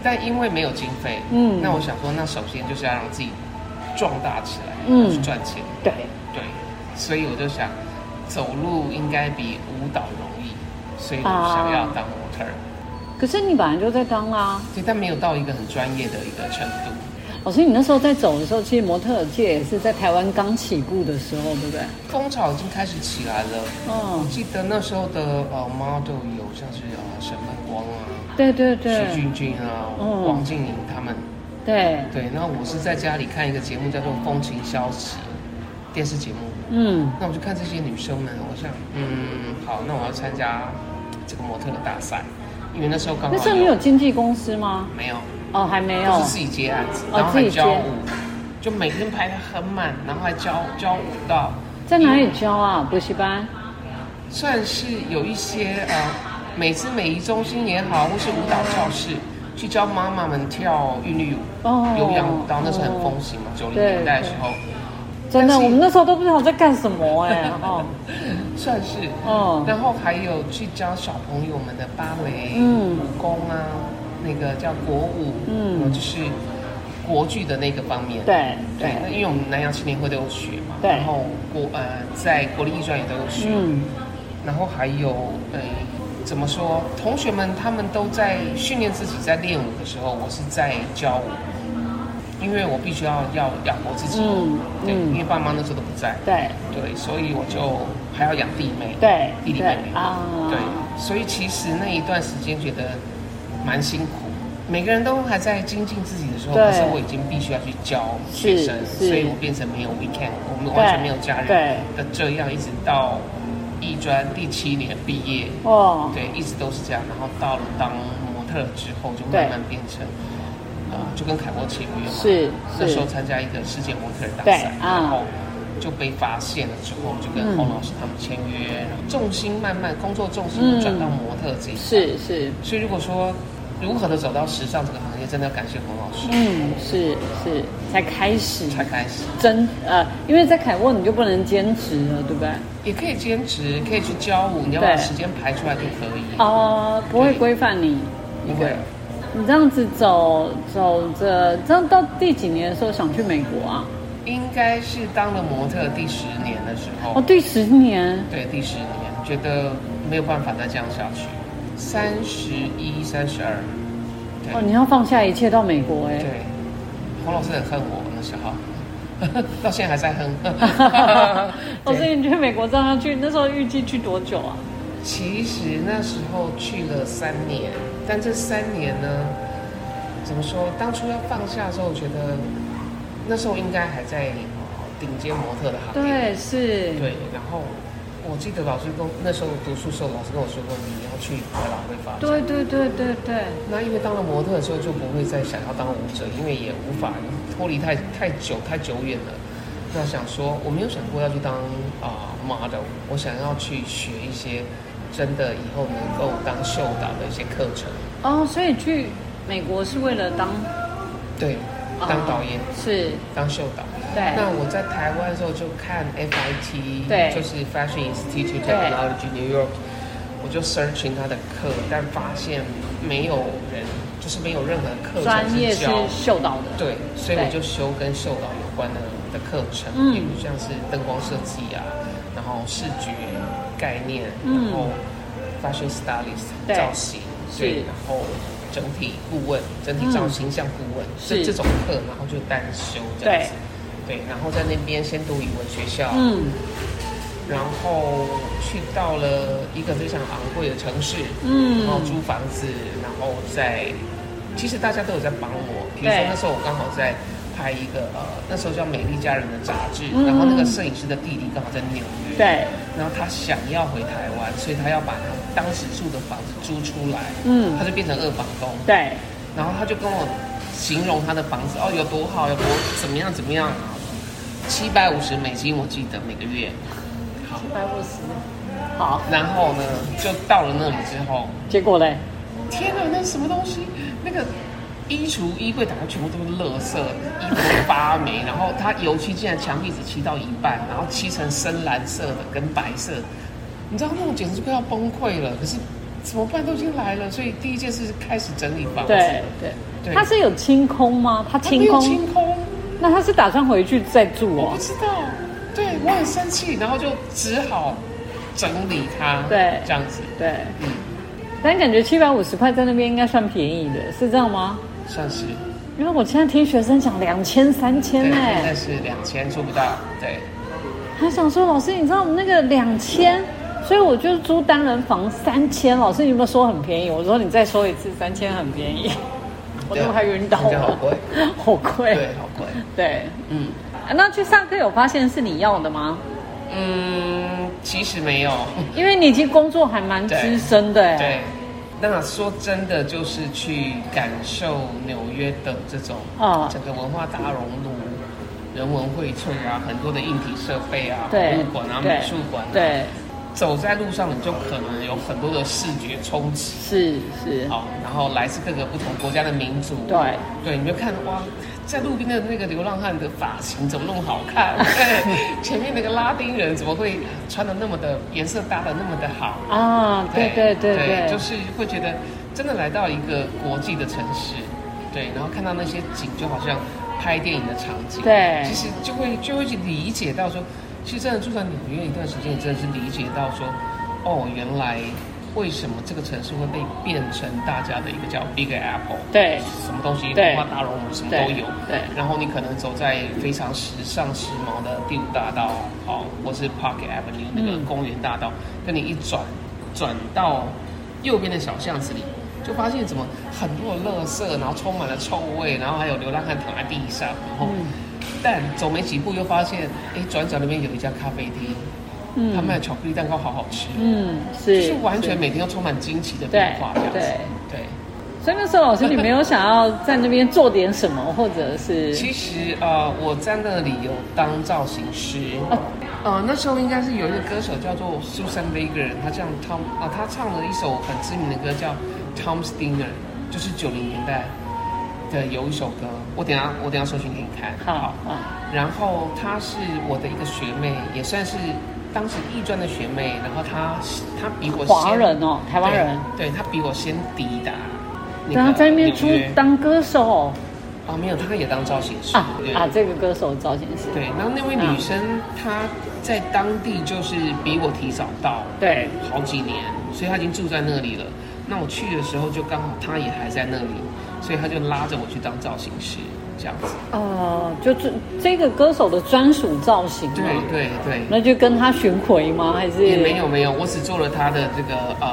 [SPEAKER 1] 但因为没有经费，嗯
[SPEAKER 2] 嗯，
[SPEAKER 1] 那我想说，那首先就是要让自己壮大起来，
[SPEAKER 2] 嗯
[SPEAKER 1] 嗯，去赚钱，
[SPEAKER 2] 对，
[SPEAKER 1] 对，所以我就想，走路应该比舞蹈容易，所以我
[SPEAKER 2] 啊
[SPEAKER 1] 想要当模特儿，
[SPEAKER 2] 可是你本来就在当啦、
[SPEAKER 1] 对，但没有到一个很专业的一个程度，
[SPEAKER 2] 老师，你那时候在走的时候，其实模特儿界也是在台湾刚起步的时候，对不对？
[SPEAKER 1] 风潮已经开始起来了。我
[SPEAKER 2] 嗯，
[SPEAKER 1] 记得那时候的呃 model 有像是呃沈梦光啊、
[SPEAKER 2] 对对
[SPEAKER 1] 徐
[SPEAKER 2] 对，
[SPEAKER 1] 俊俊啊、
[SPEAKER 2] 嗯
[SPEAKER 1] 王静莹他们，
[SPEAKER 2] 对，
[SPEAKER 1] 对，然后我是在家里看一个节目叫做《风情消息》电视节目，
[SPEAKER 2] 嗯，
[SPEAKER 1] 那我就看这些女生们，我想，嗯，好，那我要参加这个模特的大赛，因为那时候刚好
[SPEAKER 2] 那时候你有经纪公司吗？
[SPEAKER 1] 没有，
[SPEAKER 2] 哦，还没有
[SPEAKER 1] 都是，自己接案子，
[SPEAKER 2] 哦
[SPEAKER 1] 然后还
[SPEAKER 2] 自己接
[SPEAKER 1] 教舞，就每天排得很满，然后还教教舞蹈，
[SPEAKER 2] 在哪里教啊？补习班？
[SPEAKER 1] 算是有一些呃美姿美仪中心也好，或是舞蹈教室，去教妈妈们跳韵律舞、
[SPEAKER 2] 哦
[SPEAKER 1] 有氧舞蹈，那时候很风行嘛，九零年代的时候，但
[SPEAKER 2] 真的，
[SPEAKER 1] 是
[SPEAKER 2] 我们那时候都不知道在干什 么哎、哦，
[SPEAKER 1] 算是。
[SPEAKER 2] 哦
[SPEAKER 1] 然后还有去教小朋友们的芭蕾、
[SPEAKER 2] 嗯
[SPEAKER 1] 武功啊，那个叫国舞，
[SPEAKER 2] 嗯
[SPEAKER 1] 嗯，就是国剧的那个方面。
[SPEAKER 2] 对
[SPEAKER 1] 对
[SPEAKER 2] 对，
[SPEAKER 1] 那因为我们南洋青年会都有学嘛，
[SPEAKER 2] 对
[SPEAKER 1] 然后国呃在国立艺专也都有学，
[SPEAKER 2] 嗯，
[SPEAKER 1] 然后还有呃，怎么说？同学们他们都在训练自己在练舞的时候，我是在教舞，因为我必须要要养活自己，
[SPEAKER 2] 嗯
[SPEAKER 1] 对，
[SPEAKER 2] 嗯
[SPEAKER 1] 因为爸妈那时候都不在，
[SPEAKER 2] 对
[SPEAKER 1] 对，所以我就还要养弟妹，
[SPEAKER 2] 对
[SPEAKER 1] 弟弟
[SPEAKER 2] 对
[SPEAKER 1] 妹妹，
[SPEAKER 2] 啊，
[SPEAKER 1] 对，所以其实那一段时间觉得蛮辛苦。每个人都还在精进自己的时候，
[SPEAKER 2] 对
[SPEAKER 1] 可是我已经必须要去教学生，
[SPEAKER 2] 是是
[SPEAKER 1] 所以我变成没有 weekend，我们完全没有家人
[SPEAKER 2] 对
[SPEAKER 1] 的这样，一直到艺专第七年毕业，
[SPEAKER 2] 哦，
[SPEAKER 1] 对，一直都是这样。然后到了当模特之后，就
[SPEAKER 2] 对
[SPEAKER 1] 慢慢变成，呃，就跟凯沃签约嘛，
[SPEAKER 2] 是
[SPEAKER 1] 那时
[SPEAKER 2] 是
[SPEAKER 1] 候参加一个世界模特儿大
[SPEAKER 2] 对
[SPEAKER 1] 赛，
[SPEAKER 2] 啊
[SPEAKER 1] 然后就被发现了之后，就跟
[SPEAKER 2] 嗯
[SPEAKER 1] 洪老师他们签约，然后重心慢慢工作重心转到模特这一块。
[SPEAKER 2] 嗯是是，
[SPEAKER 1] 所以如果说如何的走到时尚这个行业，真的要感谢洪老师，
[SPEAKER 2] 嗯，是是，才开始，
[SPEAKER 1] 才开始
[SPEAKER 2] 真呃，因为在凯沃你就不能兼职了，对不对？
[SPEAKER 1] 也可以兼职，可以去教舞，你要把
[SPEAKER 2] 对
[SPEAKER 1] 时间排出来就可以。
[SPEAKER 2] 哦、不会规范你。
[SPEAKER 1] 不会，
[SPEAKER 2] 你这样子走走着，这样到第几年的时候想去美国啊？
[SPEAKER 1] 应该是当了模特第十年的时候
[SPEAKER 2] 哦，，第十年，
[SPEAKER 1] 对，第十年，觉得没有办法再这样下去，三十一、三十二，对、
[SPEAKER 2] 哦，你要放下一切到美国哎、。
[SPEAKER 1] 对，洪老师很恨我那时候， 到现在还在恨
[SPEAKER 2] 老师，
[SPEAKER 1] 对
[SPEAKER 2] 哦你去美国这样要去，那时候预计去多久啊？
[SPEAKER 1] 其实那时候去了三年，但这三年呢，怎么说？当初要放下的时候，我觉得那时候应该还在顶尖模特的行列。
[SPEAKER 2] 对，是，
[SPEAKER 1] 对，然后我记得老师跟我那时候读书时候，老师跟我说过，你要去百老汇发展。
[SPEAKER 2] 对对对对对，
[SPEAKER 1] 那因为当了模特的时候，就不会再想要当舞者，因为也无法脱离太太久太久远了。那想说，我没有想过要去当啊、model，我想要去学一些真的以后能够当秀导的一些课程。
[SPEAKER 2] 哦，所以去美国是为了当
[SPEAKER 1] 对，当导演，
[SPEAKER 2] 哦是，
[SPEAKER 1] 当秀导。
[SPEAKER 2] 对
[SPEAKER 1] 那我在台湾的时候就看 FIT，
[SPEAKER 2] 对
[SPEAKER 1] 就是 Fashion Institute
[SPEAKER 2] 对
[SPEAKER 1] Technology New York，我就 searching 他的课，但发现没有人，就是没有任何课程
[SPEAKER 2] 专业
[SPEAKER 1] 是
[SPEAKER 2] 是
[SPEAKER 1] 教
[SPEAKER 2] 秀导的，
[SPEAKER 1] 对，所以
[SPEAKER 2] 对
[SPEAKER 1] 我就修跟秀导有关的的课程，
[SPEAKER 2] 嗯
[SPEAKER 1] 比如像是灯光设计啊，然后视觉概念，
[SPEAKER 2] 嗯
[SPEAKER 1] 然后 fashion stylist
[SPEAKER 2] 对
[SPEAKER 1] 造型，
[SPEAKER 2] 是嗯
[SPEAKER 1] 对，然后整体顾问、整体造型像顾问，
[SPEAKER 2] 是
[SPEAKER 1] 这这种课，然后就单修这样子。对，然后在那边先读语文学校，
[SPEAKER 2] 嗯
[SPEAKER 1] 然后去到了一个非常昂贵的城市，然后
[SPEAKER 2] 嗯
[SPEAKER 1] 租房子，然后在，其实大家都有在帮我。比如说
[SPEAKER 2] 对
[SPEAKER 1] 那时候我刚好在拍一个呃，那时候叫《美丽佳人》的杂志，
[SPEAKER 2] 嗯
[SPEAKER 1] 然后那个摄影师的弟弟刚好在纽约，
[SPEAKER 2] 对，
[SPEAKER 1] 然后他想要回台湾，所以他要把他当时住的房子租出来，
[SPEAKER 2] 嗯
[SPEAKER 1] 他就变成二房东，
[SPEAKER 2] 对，
[SPEAKER 1] 然后他就跟我形容他的房子哦有多好，有多怎么样怎么样，七百五十美金我记得每个月，好，
[SPEAKER 2] 一百五十，好，
[SPEAKER 1] 然后呢就到了那里之后。
[SPEAKER 2] 结果嘞，
[SPEAKER 1] 天哪，那什么东西？那个衣橱、衣柜打开全部都是垃圾，衣服都发霉，然后它油漆竟然墙壁只漆到一半，然后漆成深蓝色的跟白色，你知道那种简直就快要崩溃了。可是怎么办？都已经来了，所以第一件事是开始整理房子。
[SPEAKER 2] 对对，
[SPEAKER 1] 对
[SPEAKER 2] 他是有清空吗？他
[SPEAKER 1] 它没
[SPEAKER 2] 清
[SPEAKER 1] 有
[SPEAKER 2] 空，
[SPEAKER 1] 清空，
[SPEAKER 2] 那他是打算回去再住
[SPEAKER 1] 我
[SPEAKER 2] 哦
[SPEAKER 1] 不？知道。对我很生气，然后就只好整理它。
[SPEAKER 2] 对
[SPEAKER 1] 这样子，
[SPEAKER 2] 对，
[SPEAKER 1] 嗯，
[SPEAKER 2] 但感觉七百五十块在那边应该算便宜的，是这样吗？
[SPEAKER 1] 算是
[SPEAKER 2] 因为我现在听学生讲两千、三千
[SPEAKER 1] 对，
[SPEAKER 2] 呢，
[SPEAKER 1] 现在是两千做不到，对。
[SPEAKER 2] 他想说老师，你知道我们那个两千，所以我就租单人房三千。老师，你有没有说很便宜？我说你再说一次，三千很便宜。我怎么还晕倒
[SPEAKER 1] 对啊好
[SPEAKER 2] 了？
[SPEAKER 1] 贵，
[SPEAKER 2] 好贵。
[SPEAKER 1] 对，好贵。
[SPEAKER 2] 对
[SPEAKER 1] 嗯
[SPEAKER 2] 啊那去上课有发现是你要的吗？
[SPEAKER 1] 嗯，其实没 有。
[SPEAKER 2] 因为你已经工作还蛮资深的哎。
[SPEAKER 1] 对，那说真的，就是去感受纽约的这种
[SPEAKER 2] 啊
[SPEAKER 1] 整个文化大熔炉、人文荟萃啊，很多的硬体设备啊，博
[SPEAKER 2] 对
[SPEAKER 1] 物馆啊、
[SPEAKER 2] 对
[SPEAKER 1] 美术馆、啊。
[SPEAKER 2] 对，
[SPEAKER 1] 走在路上，你就可能有很多的视觉冲击。
[SPEAKER 2] 是是，
[SPEAKER 1] 好，然后来自各个不同国家的民族。
[SPEAKER 2] 对
[SPEAKER 1] 对，你就看哇，在路边的那个流浪汉的发型怎么那么好看？ 对，前面那个拉丁人怎么会穿的那么的颜色搭的那么的好？
[SPEAKER 2] 啊，对对对对，
[SPEAKER 1] 就是会觉得真的来到一个国际的城市，对，然后看到那些景，就好像拍电影的场景，
[SPEAKER 2] 对
[SPEAKER 1] 其实就会就会去理解到说，其实真的住在纽约一段时间，你真的是理解到说，哦，原来为什么这个城市会被变成大家的一个叫 Big Apple，
[SPEAKER 2] 对
[SPEAKER 1] 什么东西
[SPEAKER 2] 对
[SPEAKER 1] 文化大熔炉什么
[SPEAKER 2] 对
[SPEAKER 1] 都有，
[SPEAKER 2] 对
[SPEAKER 1] 然后你可能走在非常时尚时髦的第五大道，好，或是 Park Avenue 那个
[SPEAKER 2] 嗯
[SPEAKER 1] 公园大道，跟你一转，转到右边的小巷子里，就发现怎么很多的垃圾，然后充满了臭味，然后还有流浪汉躺在地上，然后，
[SPEAKER 2] 嗯
[SPEAKER 1] 但走没几步又发现，哎，转角那边有一家咖啡厅，他卖的巧克力蛋糕好好吃，
[SPEAKER 2] 嗯
[SPEAKER 1] 就是是完全每天都充满惊奇的
[SPEAKER 2] 对
[SPEAKER 1] 变化，这样子，
[SPEAKER 2] 对。
[SPEAKER 1] 对。
[SPEAKER 2] 所以那时候老师，你没有想要在那边做点什么，或者 是
[SPEAKER 1] 其实呃，我在那里有当造型师
[SPEAKER 2] 哦。
[SPEAKER 1] 呃，那时候应该是有一个歌手叫做 Susan Vega，她这样 Tom 啊、她唱了一首很知名的歌叫 Tom Stinger，就是九零年代的有一首歌。我等一下我等一下搜寻给你看。
[SPEAKER 2] 好啊好
[SPEAKER 1] 然后她是我的一个学妹，也算是当时艺专的学妹。然后她她比我先
[SPEAKER 2] 华人哦，台湾人，
[SPEAKER 1] 对，对她比我先抵达个纽约。
[SPEAKER 2] 然后在那边出当歌手哦
[SPEAKER 1] 啊，没有，她也当造型师
[SPEAKER 2] 啊
[SPEAKER 1] 对
[SPEAKER 2] 啊，这个歌手造型师，
[SPEAKER 1] 对，然后那位女生、她在当地就是比我提早到
[SPEAKER 2] 对
[SPEAKER 1] 好几年，所以她已经住在那里了。那我去的时候就刚好她也还在那里，所以她就拉着我去当造型师，这样子。
[SPEAKER 2] 呃，就是这个歌手的专属造型哦嘛
[SPEAKER 1] 对，对对，
[SPEAKER 2] 那就跟他巡回吗？还是
[SPEAKER 1] 也没有没有，我只做了她的这个呃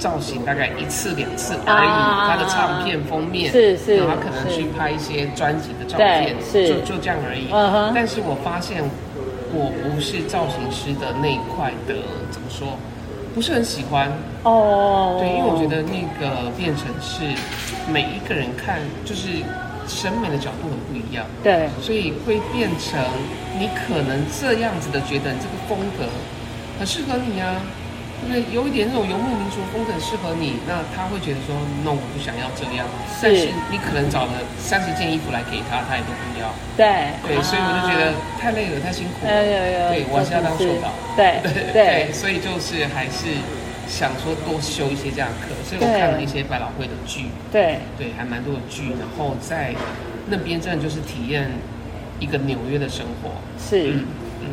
[SPEAKER 1] 造型，大概一次两次而已。
[SPEAKER 2] 啊
[SPEAKER 1] 她的唱片封面
[SPEAKER 2] 是是
[SPEAKER 1] 然后她可能
[SPEAKER 2] 是
[SPEAKER 1] 去拍一些专辑的照片，
[SPEAKER 2] 对是
[SPEAKER 1] 就就这样而已。
[SPEAKER 2] 嗯哼
[SPEAKER 1] 但是我发现我不是造型师的那一块的，怎么说，不是很喜欢。
[SPEAKER 2] 哦，
[SPEAKER 1] 对，因为我觉得那个变成是每一个人看就是审美的角度很不一样，
[SPEAKER 2] 对
[SPEAKER 1] 所以会变成你可能这样子的觉得你这个风格很适合你啊。因为有一点那种游牧民族风格很适合你，那他会觉得说，no，我不想要这样。但是你可能找了三十件衣服来给他，他也都不要。
[SPEAKER 2] 对哎
[SPEAKER 1] 对，所以我就觉得太累了，太辛苦了。
[SPEAKER 2] 哎有有，
[SPEAKER 1] 哎 对，我还是要当
[SPEAKER 2] 就
[SPEAKER 1] 秀
[SPEAKER 2] 是
[SPEAKER 1] 导。
[SPEAKER 2] 对对
[SPEAKER 1] 所以就是还是想说多修一些这样的课，所以我看了一些百老汇的剧，
[SPEAKER 2] 对，
[SPEAKER 1] 对，还蛮多的剧，然后在那边真的就是体验一个纽约的生活。
[SPEAKER 2] 是
[SPEAKER 1] 嗯嗯，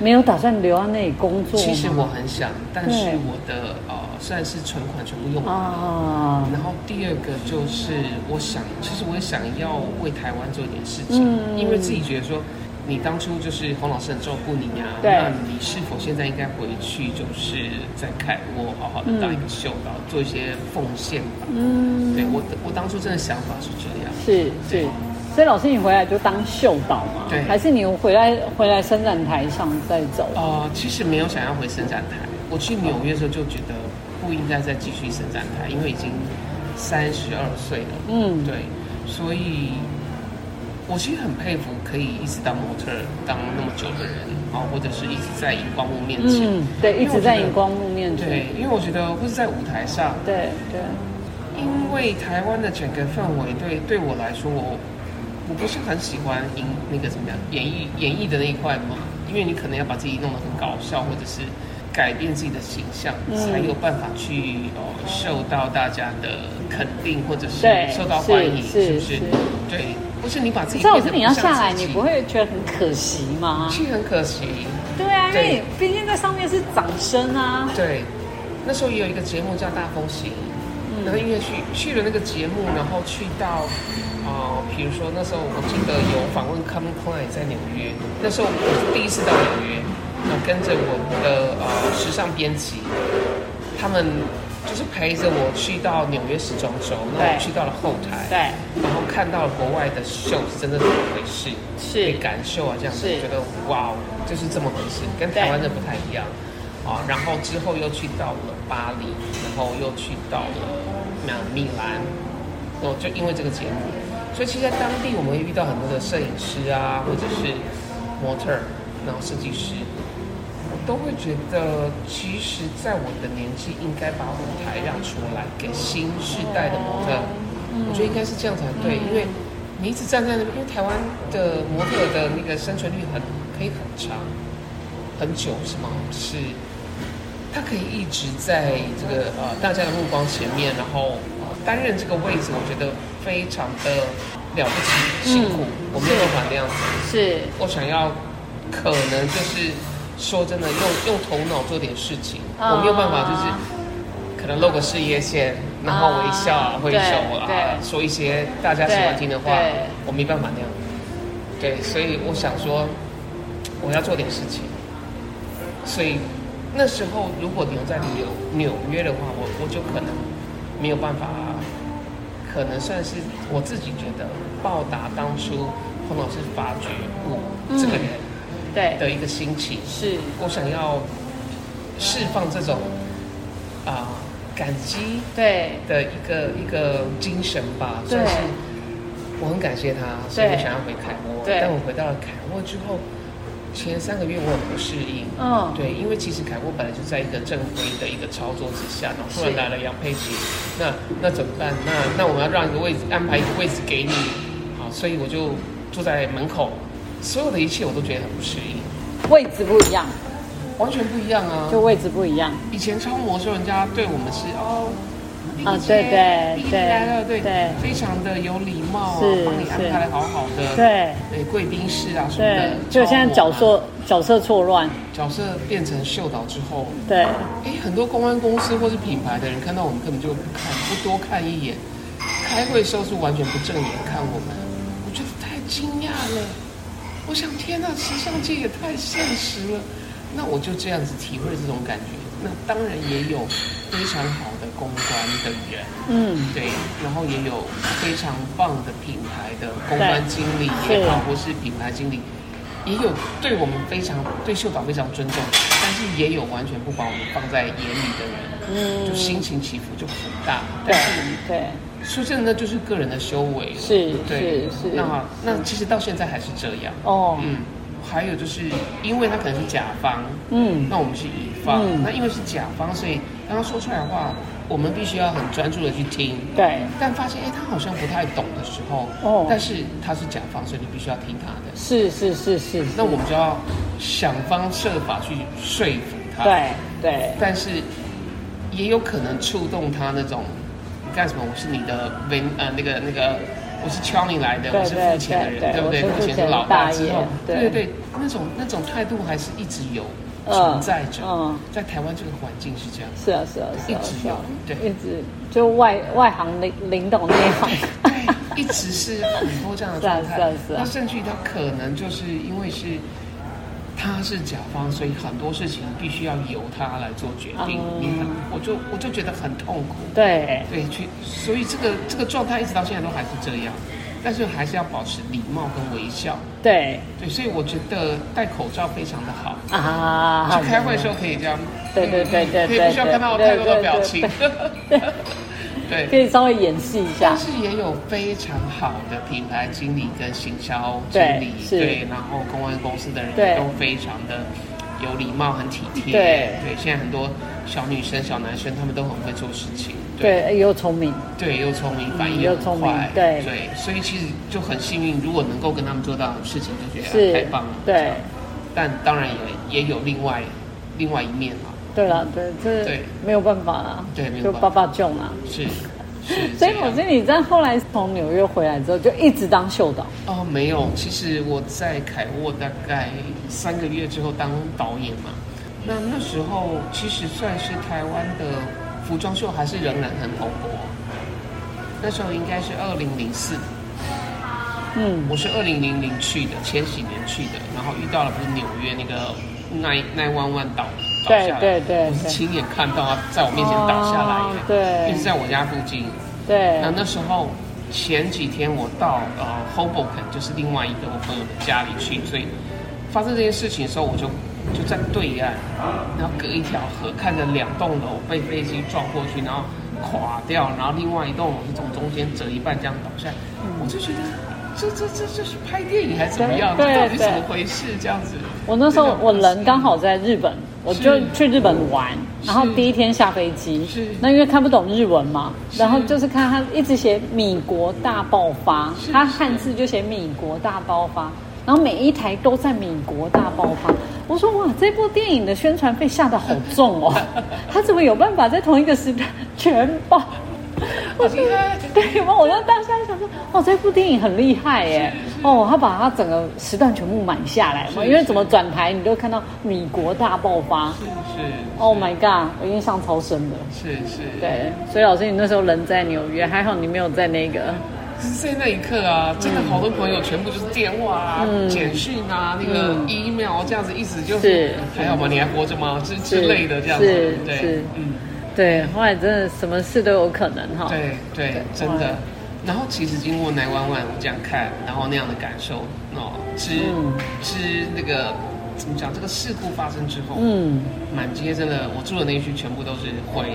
[SPEAKER 2] 没有打算留在那里工作吗？
[SPEAKER 1] 其实我很想，但是
[SPEAKER 2] 对
[SPEAKER 1] 我的呃算是存款全部用完了。
[SPEAKER 2] 啊，
[SPEAKER 1] 然后第二个就是，我想，其实我也想要为台湾做一点事情，
[SPEAKER 2] 嗯
[SPEAKER 1] 因为自己觉得说，你当初就是洪老师很照顾你呀、
[SPEAKER 2] 对
[SPEAKER 1] 那你是否现在应该回去，就是在凯沃好好的当一个秀，然后做一些奉献吧？
[SPEAKER 2] 嗯，
[SPEAKER 1] 对我，我当初真的想法是这样。
[SPEAKER 2] 是是。所以老师，你回来就当秀导嘛？
[SPEAKER 1] 对
[SPEAKER 2] 还是你回来回来伸展台上再走？
[SPEAKER 1] 呃，其实没有想要回伸展台。我去纽约的时候就觉得不应该再继续伸展台，因为已经三十二岁了。
[SPEAKER 2] 嗯，
[SPEAKER 1] 对，所以我其实很佩服可以一直当模特儿当那么久的人，然后或者是一直在荧光幕面前。
[SPEAKER 2] 嗯，对，一直在荧光幕面前。
[SPEAKER 1] 对，因为我觉得或是在舞台上，
[SPEAKER 2] 对对，
[SPEAKER 1] 因为台湾的整个氛围对对我来说，我我不是很喜欢演那个怎么样演绎演绎的那一块嘛，因为你可能要把自己弄得很搞笑，或者是改变自己的形象，
[SPEAKER 2] 嗯
[SPEAKER 1] 才有办法去哦受到大家的肯定，或者是
[SPEAKER 2] 对
[SPEAKER 1] 受到欢迎，
[SPEAKER 2] 是
[SPEAKER 1] 是不
[SPEAKER 2] 是
[SPEAKER 1] 是？对，不是你把自己
[SPEAKER 2] 这老
[SPEAKER 1] 变
[SPEAKER 2] 师
[SPEAKER 1] 得
[SPEAKER 2] 你要
[SPEAKER 1] 不像
[SPEAKER 2] 下来，
[SPEAKER 1] 自己
[SPEAKER 2] 你不会觉得很可惜吗？
[SPEAKER 1] 其实很可惜。
[SPEAKER 2] 对啊，因
[SPEAKER 1] 对
[SPEAKER 2] 为你毕竟在上面是掌声啊。
[SPEAKER 1] 对，那时候也有一个节目叫《大风行》，
[SPEAKER 2] 嗯
[SPEAKER 1] 然后因为去去了那个节目，然后去到，呃，比如说那时候我记得有访问 c o m i Klein 在纽约，那时候我是第一次到纽约，那跟着我的呃时尚编辑，他们就是陪着我去到纽约时装周，那
[SPEAKER 2] 对
[SPEAKER 1] 我去到了后台，
[SPEAKER 2] 对，
[SPEAKER 1] 然后看到了国外的秀是真的怎么回事，
[SPEAKER 2] 是
[SPEAKER 1] 被感受啊这样子，
[SPEAKER 2] 是
[SPEAKER 1] 觉得哇，哦，就是这么回事，跟台湾的不太一样啊。然后之后又去到了巴黎，然后又去到了那米兰，哦，就因为这个节目，所以其实在当地我们会遇到很多的摄影师啊，或者是模特儿，然后设计师。我都会觉得，其实，在我的年纪，应该把舞台让出来给新时代的模特。我觉得应该是这样才对，因为你一直站在那边，因为台湾的模特的那个生存率很可以很长，很久是吗？是，他可以一直在这个呃大家的目光前面，然后担任这个位置，我觉得非常的了不起，辛苦，我没有办法那样子。
[SPEAKER 2] 是，
[SPEAKER 1] 我想要，可能就是说真的，用用头脑做点事情，
[SPEAKER 2] 啊
[SPEAKER 1] 我没有办法，就是可能露个事业线，然后微笑啊
[SPEAKER 2] 啊，
[SPEAKER 1] 挥手啊，
[SPEAKER 2] 对
[SPEAKER 1] 说一些大家喜欢听的话
[SPEAKER 2] 对对，
[SPEAKER 1] 我没办法那样。对，所以我想说，我要做点事情。所以那时候如果留在纽纽约的话，我我就可能没有办法，可能算是我自己觉得报答当初洪老师发掘我这个
[SPEAKER 2] 嗯
[SPEAKER 1] 人
[SPEAKER 2] 对，
[SPEAKER 1] 的一个心情，
[SPEAKER 2] 是，
[SPEAKER 1] 我想要释放这种啊、感激
[SPEAKER 2] 对，
[SPEAKER 1] 的一个一个精神吧，
[SPEAKER 2] 对
[SPEAKER 1] 算是我很感谢他，所以我
[SPEAKER 2] 对
[SPEAKER 1] 想要回凯沃。
[SPEAKER 2] 对
[SPEAKER 1] 但我回到了凯沃之后，前三个月我很不适应。
[SPEAKER 2] 嗯，
[SPEAKER 1] 对，因为其实凯沃本来就在一个正规的一个操作之下，然后突然
[SPEAKER 2] 是
[SPEAKER 1] 来了杨佩琪，那那怎么办？那那我们要让一个位置安排一个位置给你，好，所以我就坐在门口，所有的一切我都觉得很不适应，
[SPEAKER 2] 位置不一样，
[SPEAKER 1] 完全不一样啊！
[SPEAKER 2] 就位置不一样。
[SPEAKER 1] 以前超模的时候，人家对我们是哦，你
[SPEAKER 2] 啊
[SPEAKER 1] 以前
[SPEAKER 2] 对对
[SPEAKER 1] 毕业
[SPEAKER 2] 对
[SPEAKER 1] 来了，对
[SPEAKER 2] 对
[SPEAKER 1] 非常的有礼貌啊，
[SPEAKER 2] 是
[SPEAKER 1] 帮你安排的好好的，，
[SPEAKER 2] 对
[SPEAKER 1] 对贵宾室啊什么
[SPEAKER 2] 对嗯
[SPEAKER 1] 的，，
[SPEAKER 2] 就现在
[SPEAKER 1] 超模
[SPEAKER 2] 角
[SPEAKER 1] 嘛
[SPEAKER 2] 色角色错乱，
[SPEAKER 1] 角色变成秀导之后，
[SPEAKER 2] 对，
[SPEAKER 1] 哎，很多公关公司或是品牌的人看到我们根本就不看，不多看一眼，开会的时候是完全不正眼看我们，我觉得太惊讶了。我想，天呐，时尚界也太现实了。那我就这样子体会这种感觉。那当然也有非常好的公关的人，
[SPEAKER 2] 嗯，
[SPEAKER 1] 对，然后也有非常棒的品牌的公关经理也好，或是品牌经理，也有对我们非常对秀导非常尊重，但是也有完全不把我们放在眼里的人，
[SPEAKER 2] 嗯
[SPEAKER 1] 就心情起伏就很大。
[SPEAKER 2] 对
[SPEAKER 1] 但是
[SPEAKER 2] 对，
[SPEAKER 1] 说真的，那就是个人的修为了。
[SPEAKER 2] 是
[SPEAKER 1] 对
[SPEAKER 2] 是是
[SPEAKER 1] 那那其实到现在还是这样。
[SPEAKER 2] 哦，
[SPEAKER 1] 嗯，还有就是因为他可能是甲方，
[SPEAKER 2] 嗯，
[SPEAKER 1] 那我们是乙方，
[SPEAKER 2] 嗯
[SPEAKER 1] 那因为是甲方，所以当他说出来的话，我们必须要很专注的去听。
[SPEAKER 2] 对，
[SPEAKER 1] 但发现哎、诶他好像不太懂的时候，
[SPEAKER 2] 哦
[SPEAKER 1] 但是他是甲方，所以你必须要听他的。
[SPEAKER 2] 是是是是，
[SPEAKER 1] 那我们就啊要想方设法去说服他。，
[SPEAKER 2] 对对
[SPEAKER 1] 但是也有可能触动他那种，你干什么？我是你的 v 呃那个那个，我是敲你来的，
[SPEAKER 2] 对
[SPEAKER 1] 我是付钱的人，
[SPEAKER 2] 对对
[SPEAKER 1] 对不对？
[SPEAKER 2] 我是
[SPEAKER 1] 付
[SPEAKER 2] 付
[SPEAKER 1] 钱
[SPEAKER 2] 钱
[SPEAKER 1] 是老
[SPEAKER 2] 大
[SPEAKER 1] 大之
[SPEAKER 2] 爷
[SPEAKER 1] 后，
[SPEAKER 2] 对
[SPEAKER 1] 对对，那种那种态度还是一直有
[SPEAKER 2] 嗯
[SPEAKER 1] 存在着
[SPEAKER 2] 嗯，
[SPEAKER 1] 在台湾这个环境是这样。
[SPEAKER 2] 是啊，是啊，是啊，
[SPEAKER 1] 一直
[SPEAKER 2] 是啊
[SPEAKER 1] 有对
[SPEAKER 2] 一直就外外行领领导内行，
[SPEAKER 1] 对，一直是很多这样的状态。
[SPEAKER 2] 是啊是啊是啊
[SPEAKER 1] 那甚至于他可能就是因为是他是甲方，所以很多事情必须要由他来做决定。
[SPEAKER 2] 嗯
[SPEAKER 1] 你很我就我就觉得很痛苦。
[SPEAKER 2] 对，
[SPEAKER 1] 对，去，所以这个这个状态一直到现在都还是这样，但是还是要保持礼貌跟微笑。
[SPEAKER 2] 对
[SPEAKER 1] 对，所以我觉得戴口罩非常的好。
[SPEAKER 2] 啊，
[SPEAKER 1] 去开会的时候可以这样，
[SPEAKER 2] 对对对对
[SPEAKER 1] 嗯可以
[SPEAKER 2] 对
[SPEAKER 1] 不需要看到
[SPEAKER 2] 对
[SPEAKER 1] 太多的
[SPEAKER 2] 对
[SPEAKER 1] 表
[SPEAKER 2] 对
[SPEAKER 1] 情。 对，
[SPEAKER 2] 可以稍微演示一下
[SPEAKER 1] 但，是也有非常好的品牌经理跟行销经
[SPEAKER 2] 对
[SPEAKER 1] 理，
[SPEAKER 2] 是
[SPEAKER 1] 对，然后公关公司的人
[SPEAKER 2] 对
[SPEAKER 1] 都非常的有礼貌、很体贴。
[SPEAKER 2] 对
[SPEAKER 1] 现在很多小女生、小男生他们都很会做事情。
[SPEAKER 2] 对，又聪明，
[SPEAKER 1] 对，又聪明，反应
[SPEAKER 2] 又
[SPEAKER 1] 也很
[SPEAKER 2] 聪明
[SPEAKER 1] 快，
[SPEAKER 2] 对
[SPEAKER 1] 所以其实就很幸运，如果能够跟他们做到的事情，就觉得
[SPEAKER 2] 是
[SPEAKER 1] 啊太棒了。这
[SPEAKER 2] 对
[SPEAKER 1] 样，但当然也也有另外另外一面啊，
[SPEAKER 2] 对了，对，这
[SPEAKER 1] 对
[SPEAKER 2] 没有办法啦，
[SPEAKER 1] 对没有
[SPEAKER 2] 就
[SPEAKER 1] 办
[SPEAKER 2] 爸
[SPEAKER 1] 法
[SPEAKER 2] 爸救嘛。
[SPEAKER 1] 是是
[SPEAKER 2] 所
[SPEAKER 1] 这
[SPEAKER 2] 以
[SPEAKER 1] 样。
[SPEAKER 2] 我觉得你在后来从纽约回来之后，就一直当秀导，
[SPEAKER 1] 哦，没有，其实我在凯沃大概三个月之后当导演嘛，那那时候其实算是台湾的服装秀还是仍然很蓬勃，那时候应该是二零零四
[SPEAKER 2] 嗯，
[SPEAKER 1] 我是二零零零去的，千禧年去的，然后遇到了不是纽约那个奈奈万万倒倒
[SPEAKER 2] 对
[SPEAKER 1] 下来，
[SPEAKER 2] 对对
[SPEAKER 1] 我是
[SPEAKER 2] 对
[SPEAKER 1] 亲眼看到他在我面前倒下来
[SPEAKER 2] 哦
[SPEAKER 1] 耶，
[SPEAKER 2] 对
[SPEAKER 1] 一直在我家附近。
[SPEAKER 2] 对
[SPEAKER 1] 那，那时候前几天我到呃 Hoboken，就是另外一个我朋友的家里去，所以发生这件事情的时候，我就就在对岸，然后隔一条河看着两栋楼被飞机撞过去，然后垮掉，然后另外一栋楼是从中间折一半这样倒下来，我就觉得。这这这这是拍电影还是怎么样？这
[SPEAKER 2] 嗯对对
[SPEAKER 1] 到底怎么
[SPEAKER 2] 对
[SPEAKER 1] 回事？这样子。
[SPEAKER 2] 我那时候
[SPEAKER 1] 真的
[SPEAKER 2] 我人刚好在日本，我就去日本玩，
[SPEAKER 1] 是
[SPEAKER 2] 然后第一天下飞机
[SPEAKER 1] 是，
[SPEAKER 2] 那因为看不懂日文嘛，
[SPEAKER 1] 是
[SPEAKER 2] 然后就是看他一直写米国大爆发
[SPEAKER 1] 是，
[SPEAKER 2] 他汉字就写米国大爆发，然后每一台都在米国大爆发。我说哇，这部电影的宣传费下的好重哦，他怎么有办法在同一个时段全爆？
[SPEAKER 1] 好厉害啊
[SPEAKER 2] 对，我我在当下就想说，哦，这部电影很厉害耶！哦，他把他整个时段全部买下来嘛，
[SPEAKER 1] 是
[SPEAKER 2] 因为
[SPEAKER 1] 是
[SPEAKER 2] 怎么转台你都看到米国大爆发。
[SPEAKER 1] 是是
[SPEAKER 2] Oh my god！我印象超深的。
[SPEAKER 1] 是是，
[SPEAKER 2] 对，所以老师，你那时候人在纽约，还好你没有在那个。
[SPEAKER 1] 在那一刻啊，真的好多朋友全部就是电话啊、
[SPEAKER 2] 嗯
[SPEAKER 1] 简讯啊、那个 email 啊这样子，意思就是是还好吗？你还活着吗？之
[SPEAKER 2] 是
[SPEAKER 1] 之类的这样子
[SPEAKER 2] 是，是
[SPEAKER 1] 对，嗯，
[SPEAKER 2] 对，后来真的什么事都有可能哈。
[SPEAKER 1] 对对，真
[SPEAKER 2] 哦哇
[SPEAKER 1] 的。然后其实经过南湾湾，我这样看，然后那样的感受，哦，之
[SPEAKER 2] 嗯
[SPEAKER 1] 之那个怎么讲？这个事故发生之后，
[SPEAKER 2] 嗯，
[SPEAKER 1] 满街真的，我住的那一区全部都是灰，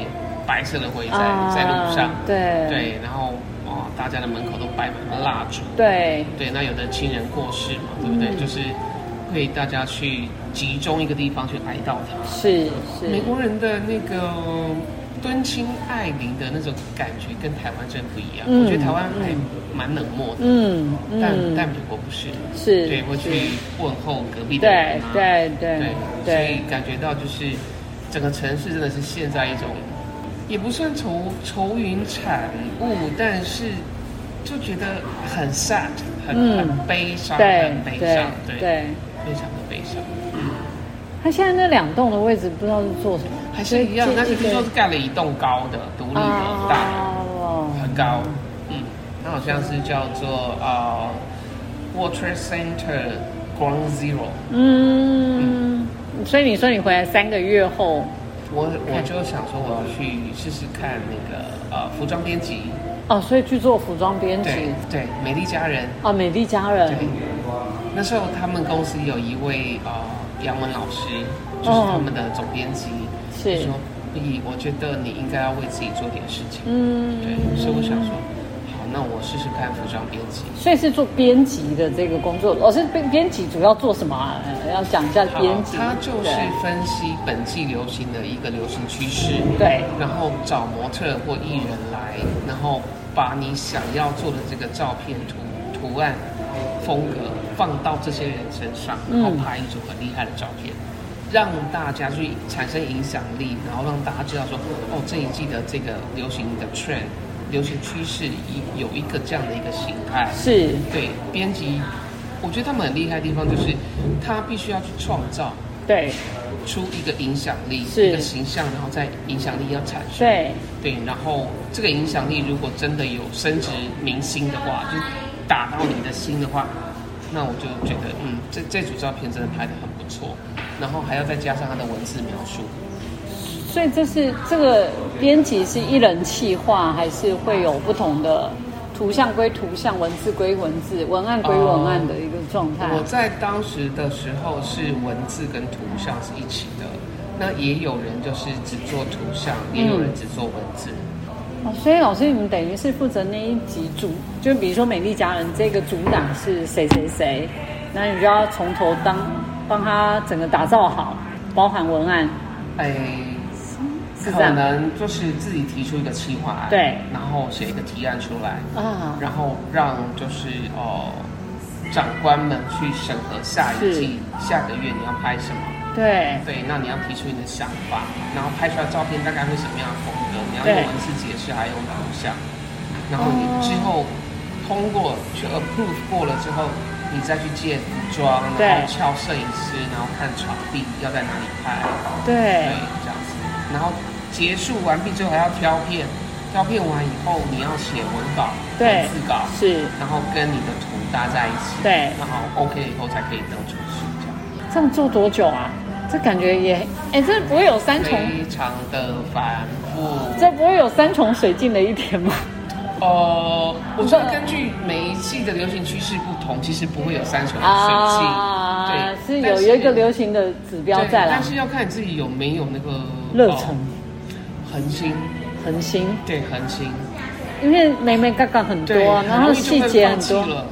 [SPEAKER 1] 白色的灰在
[SPEAKER 2] 啊
[SPEAKER 1] 在路上，
[SPEAKER 2] 对
[SPEAKER 1] 对，然后哦，大家的门口都摆满了蜡烛，
[SPEAKER 2] 对，
[SPEAKER 1] 对，那有的亲人过世嘛，对不对？
[SPEAKER 2] 嗯
[SPEAKER 1] 就是会大家去集中一个地方去哀悼他。
[SPEAKER 2] 是
[SPEAKER 1] 美
[SPEAKER 2] 是，
[SPEAKER 1] 国人的那个敦亲爱邻的那种感觉跟台湾真不一样。
[SPEAKER 2] 嗯
[SPEAKER 1] 我觉得台湾还蛮冷漠的，
[SPEAKER 2] 嗯
[SPEAKER 1] 但
[SPEAKER 2] 嗯
[SPEAKER 1] 但，美国不是，
[SPEAKER 2] 是，
[SPEAKER 1] 对，会去
[SPEAKER 2] 是
[SPEAKER 1] 问候隔壁的
[SPEAKER 2] 对
[SPEAKER 1] 人啊，
[SPEAKER 2] 对
[SPEAKER 1] 对，
[SPEAKER 2] 对
[SPEAKER 1] 所
[SPEAKER 2] 对
[SPEAKER 1] 以，感觉到就是整个城市真的是现在一种，也不算愁愁云惨雾，但是就觉得很 sad，很、
[SPEAKER 2] 嗯
[SPEAKER 1] 很悲伤，
[SPEAKER 2] 对
[SPEAKER 1] 很悲
[SPEAKER 2] 对
[SPEAKER 1] 伤，对，
[SPEAKER 2] 对。
[SPEAKER 1] 非常的悲伤，
[SPEAKER 2] 他现在那两栋的位置不知道是做什么，
[SPEAKER 1] 还是一样
[SPEAKER 2] 就，
[SPEAKER 1] 但是
[SPEAKER 2] 就
[SPEAKER 1] 听说是盖了一栋高的独立的大
[SPEAKER 2] 哦
[SPEAKER 1] 楼，很高，嗯，它好像是叫做呃 Water Center Ground Zero。
[SPEAKER 2] 嗯，所以你说你回来三个月后，
[SPEAKER 1] 我我就想说，我要去试试看那个呃服装编辑，
[SPEAKER 2] 哦，所以去做服装编
[SPEAKER 1] 对
[SPEAKER 2] 辑
[SPEAKER 1] 对，美丽佳人，
[SPEAKER 2] 啊，美丽佳
[SPEAKER 1] 对
[SPEAKER 2] 人，，
[SPEAKER 1] 那时候他们公司有一位呃杨文老师，就是他们的总编辑，
[SPEAKER 2] 哦是
[SPEAKER 1] 就说，咦，我觉得你应该要为自己做点事情，对
[SPEAKER 2] 嗯，，
[SPEAKER 1] 所以我想说，好，那我试试看服装编辑。
[SPEAKER 2] 所以是做编辑的这个工作。老师编编辑主要做什么啊？呃要讲一下
[SPEAKER 1] 好
[SPEAKER 2] 编辑，
[SPEAKER 1] 他就是
[SPEAKER 2] 对
[SPEAKER 1] 分析本季流行的一个流行趋势，
[SPEAKER 2] 对
[SPEAKER 1] 然后找模特或艺人来，然后把你想要做的这个照片图图案风格放到这些人身上，然后
[SPEAKER 2] 嗯
[SPEAKER 1] 拍一组很厉害的照片。让大家去产生影响力，然后让大家知道说，哦，这一季的这个流行的 trend、流行趋势一有一个这样的一个形态。
[SPEAKER 2] 是
[SPEAKER 1] 对，编辑，我觉得他们很厉害的地方就是，他必须要去创造
[SPEAKER 2] 对
[SPEAKER 1] 出一个影响力，
[SPEAKER 2] 是
[SPEAKER 1] 一个形象，然后再影响力要产生。
[SPEAKER 2] 对
[SPEAKER 1] 对，然后这个影响力如果真的有升值明星的话，就打到你的心的话，那我就觉得，嗯，这这组照片真的拍得很不错，然后还要再加上它的文字描述，
[SPEAKER 2] 所以这是这个编辑是一人气化，还是会有不同的图像归图像，文字归文字，文案归文案的一个状态？
[SPEAKER 1] 我在当时的时候是文字跟图像是一起的，那也有人就是只做图像，也有
[SPEAKER 2] 嗯
[SPEAKER 1] 人只做文字。
[SPEAKER 2] 哦，所以老师，你们等于是负责那一集主，就比如说《美丽佳人》这个主打是谁谁谁，那你就要从头当帮他整个打造好，包含文案，
[SPEAKER 1] 哎，
[SPEAKER 2] 是这
[SPEAKER 1] 可
[SPEAKER 2] 样的
[SPEAKER 1] 能就是自己提出一个企划案，
[SPEAKER 2] 对，
[SPEAKER 1] 然后写一个提案出来，
[SPEAKER 2] 啊，
[SPEAKER 1] 然后让就是哦、长官们去审核下一季下个月你要拍什么，
[SPEAKER 2] 对
[SPEAKER 1] 对，那你要提出你的想法，然后拍出来照片大概会什么样的风格，你要用
[SPEAKER 2] 对
[SPEAKER 1] 文字解释，还有图像，然后你之后通过去 approve 过了之后，你再去借服装，然后
[SPEAKER 2] 对
[SPEAKER 1] 敲摄影师，然后看场地要在哪里拍，对
[SPEAKER 2] 对，，
[SPEAKER 1] 这样子，然后结束完毕之后还要挑片。挑片完以后，你要写文稿、
[SPEAKER 2] 对
[SPEAKER 1] 文字稿，
[SPEAKER 2] 是，
[SPEAKER 1] 然后跟你的图搭在一起，
[SPEAKER 2] 对
[SPEAKER 1] 然后 OK 以后才可以登出去，这样
[SPEAKER 2] 这样做多久啊？这感觉也，哎，这不会有三重，
[SPEAKER 1] 非常的繁复。
[SPEAKER 2] 这不会有三重水尽的一天吗？
[SPEAKER 1] 呃，我觉得根据每一季的流行趋势不同，其实不会有三重水镜，
[SPEAKER 2] 啊是
[SPEAKER 1] 对，
[SPEAKER 2] 有
[SPEAKER 1] 但
[SPEAKER 2] 有一个流行的指标在
[SPEAKER 1] 对
[SPEAKER 2] 啦
[SPEAKER 1] 但，是要看你自己有没有那个
[SPEAKER 2] 热忱、
[SPEAKER 1] 呃恒心，
[SPEAKER 2] 恒心。
[SPEAKER 1] 对恒心，
[SPEAKER 2] 因为美美嘎嘎很多
[SPEAKER 1] 对，
[SPEAKER 2] 啊，然
[SPEAKER 1] 很
[SPEAKER 2] 后
[SPEAKER 1] 容易就
[SPEAKER 2] 细
[SPEAKER 1] 会
[SPEAKER 2] 节
[SPEAKER 1] 放
[SPEAKER 2] 很
[SPEAKER 1] 弃
[SPEAKER 2] 多，
[SPEAKER 1] 了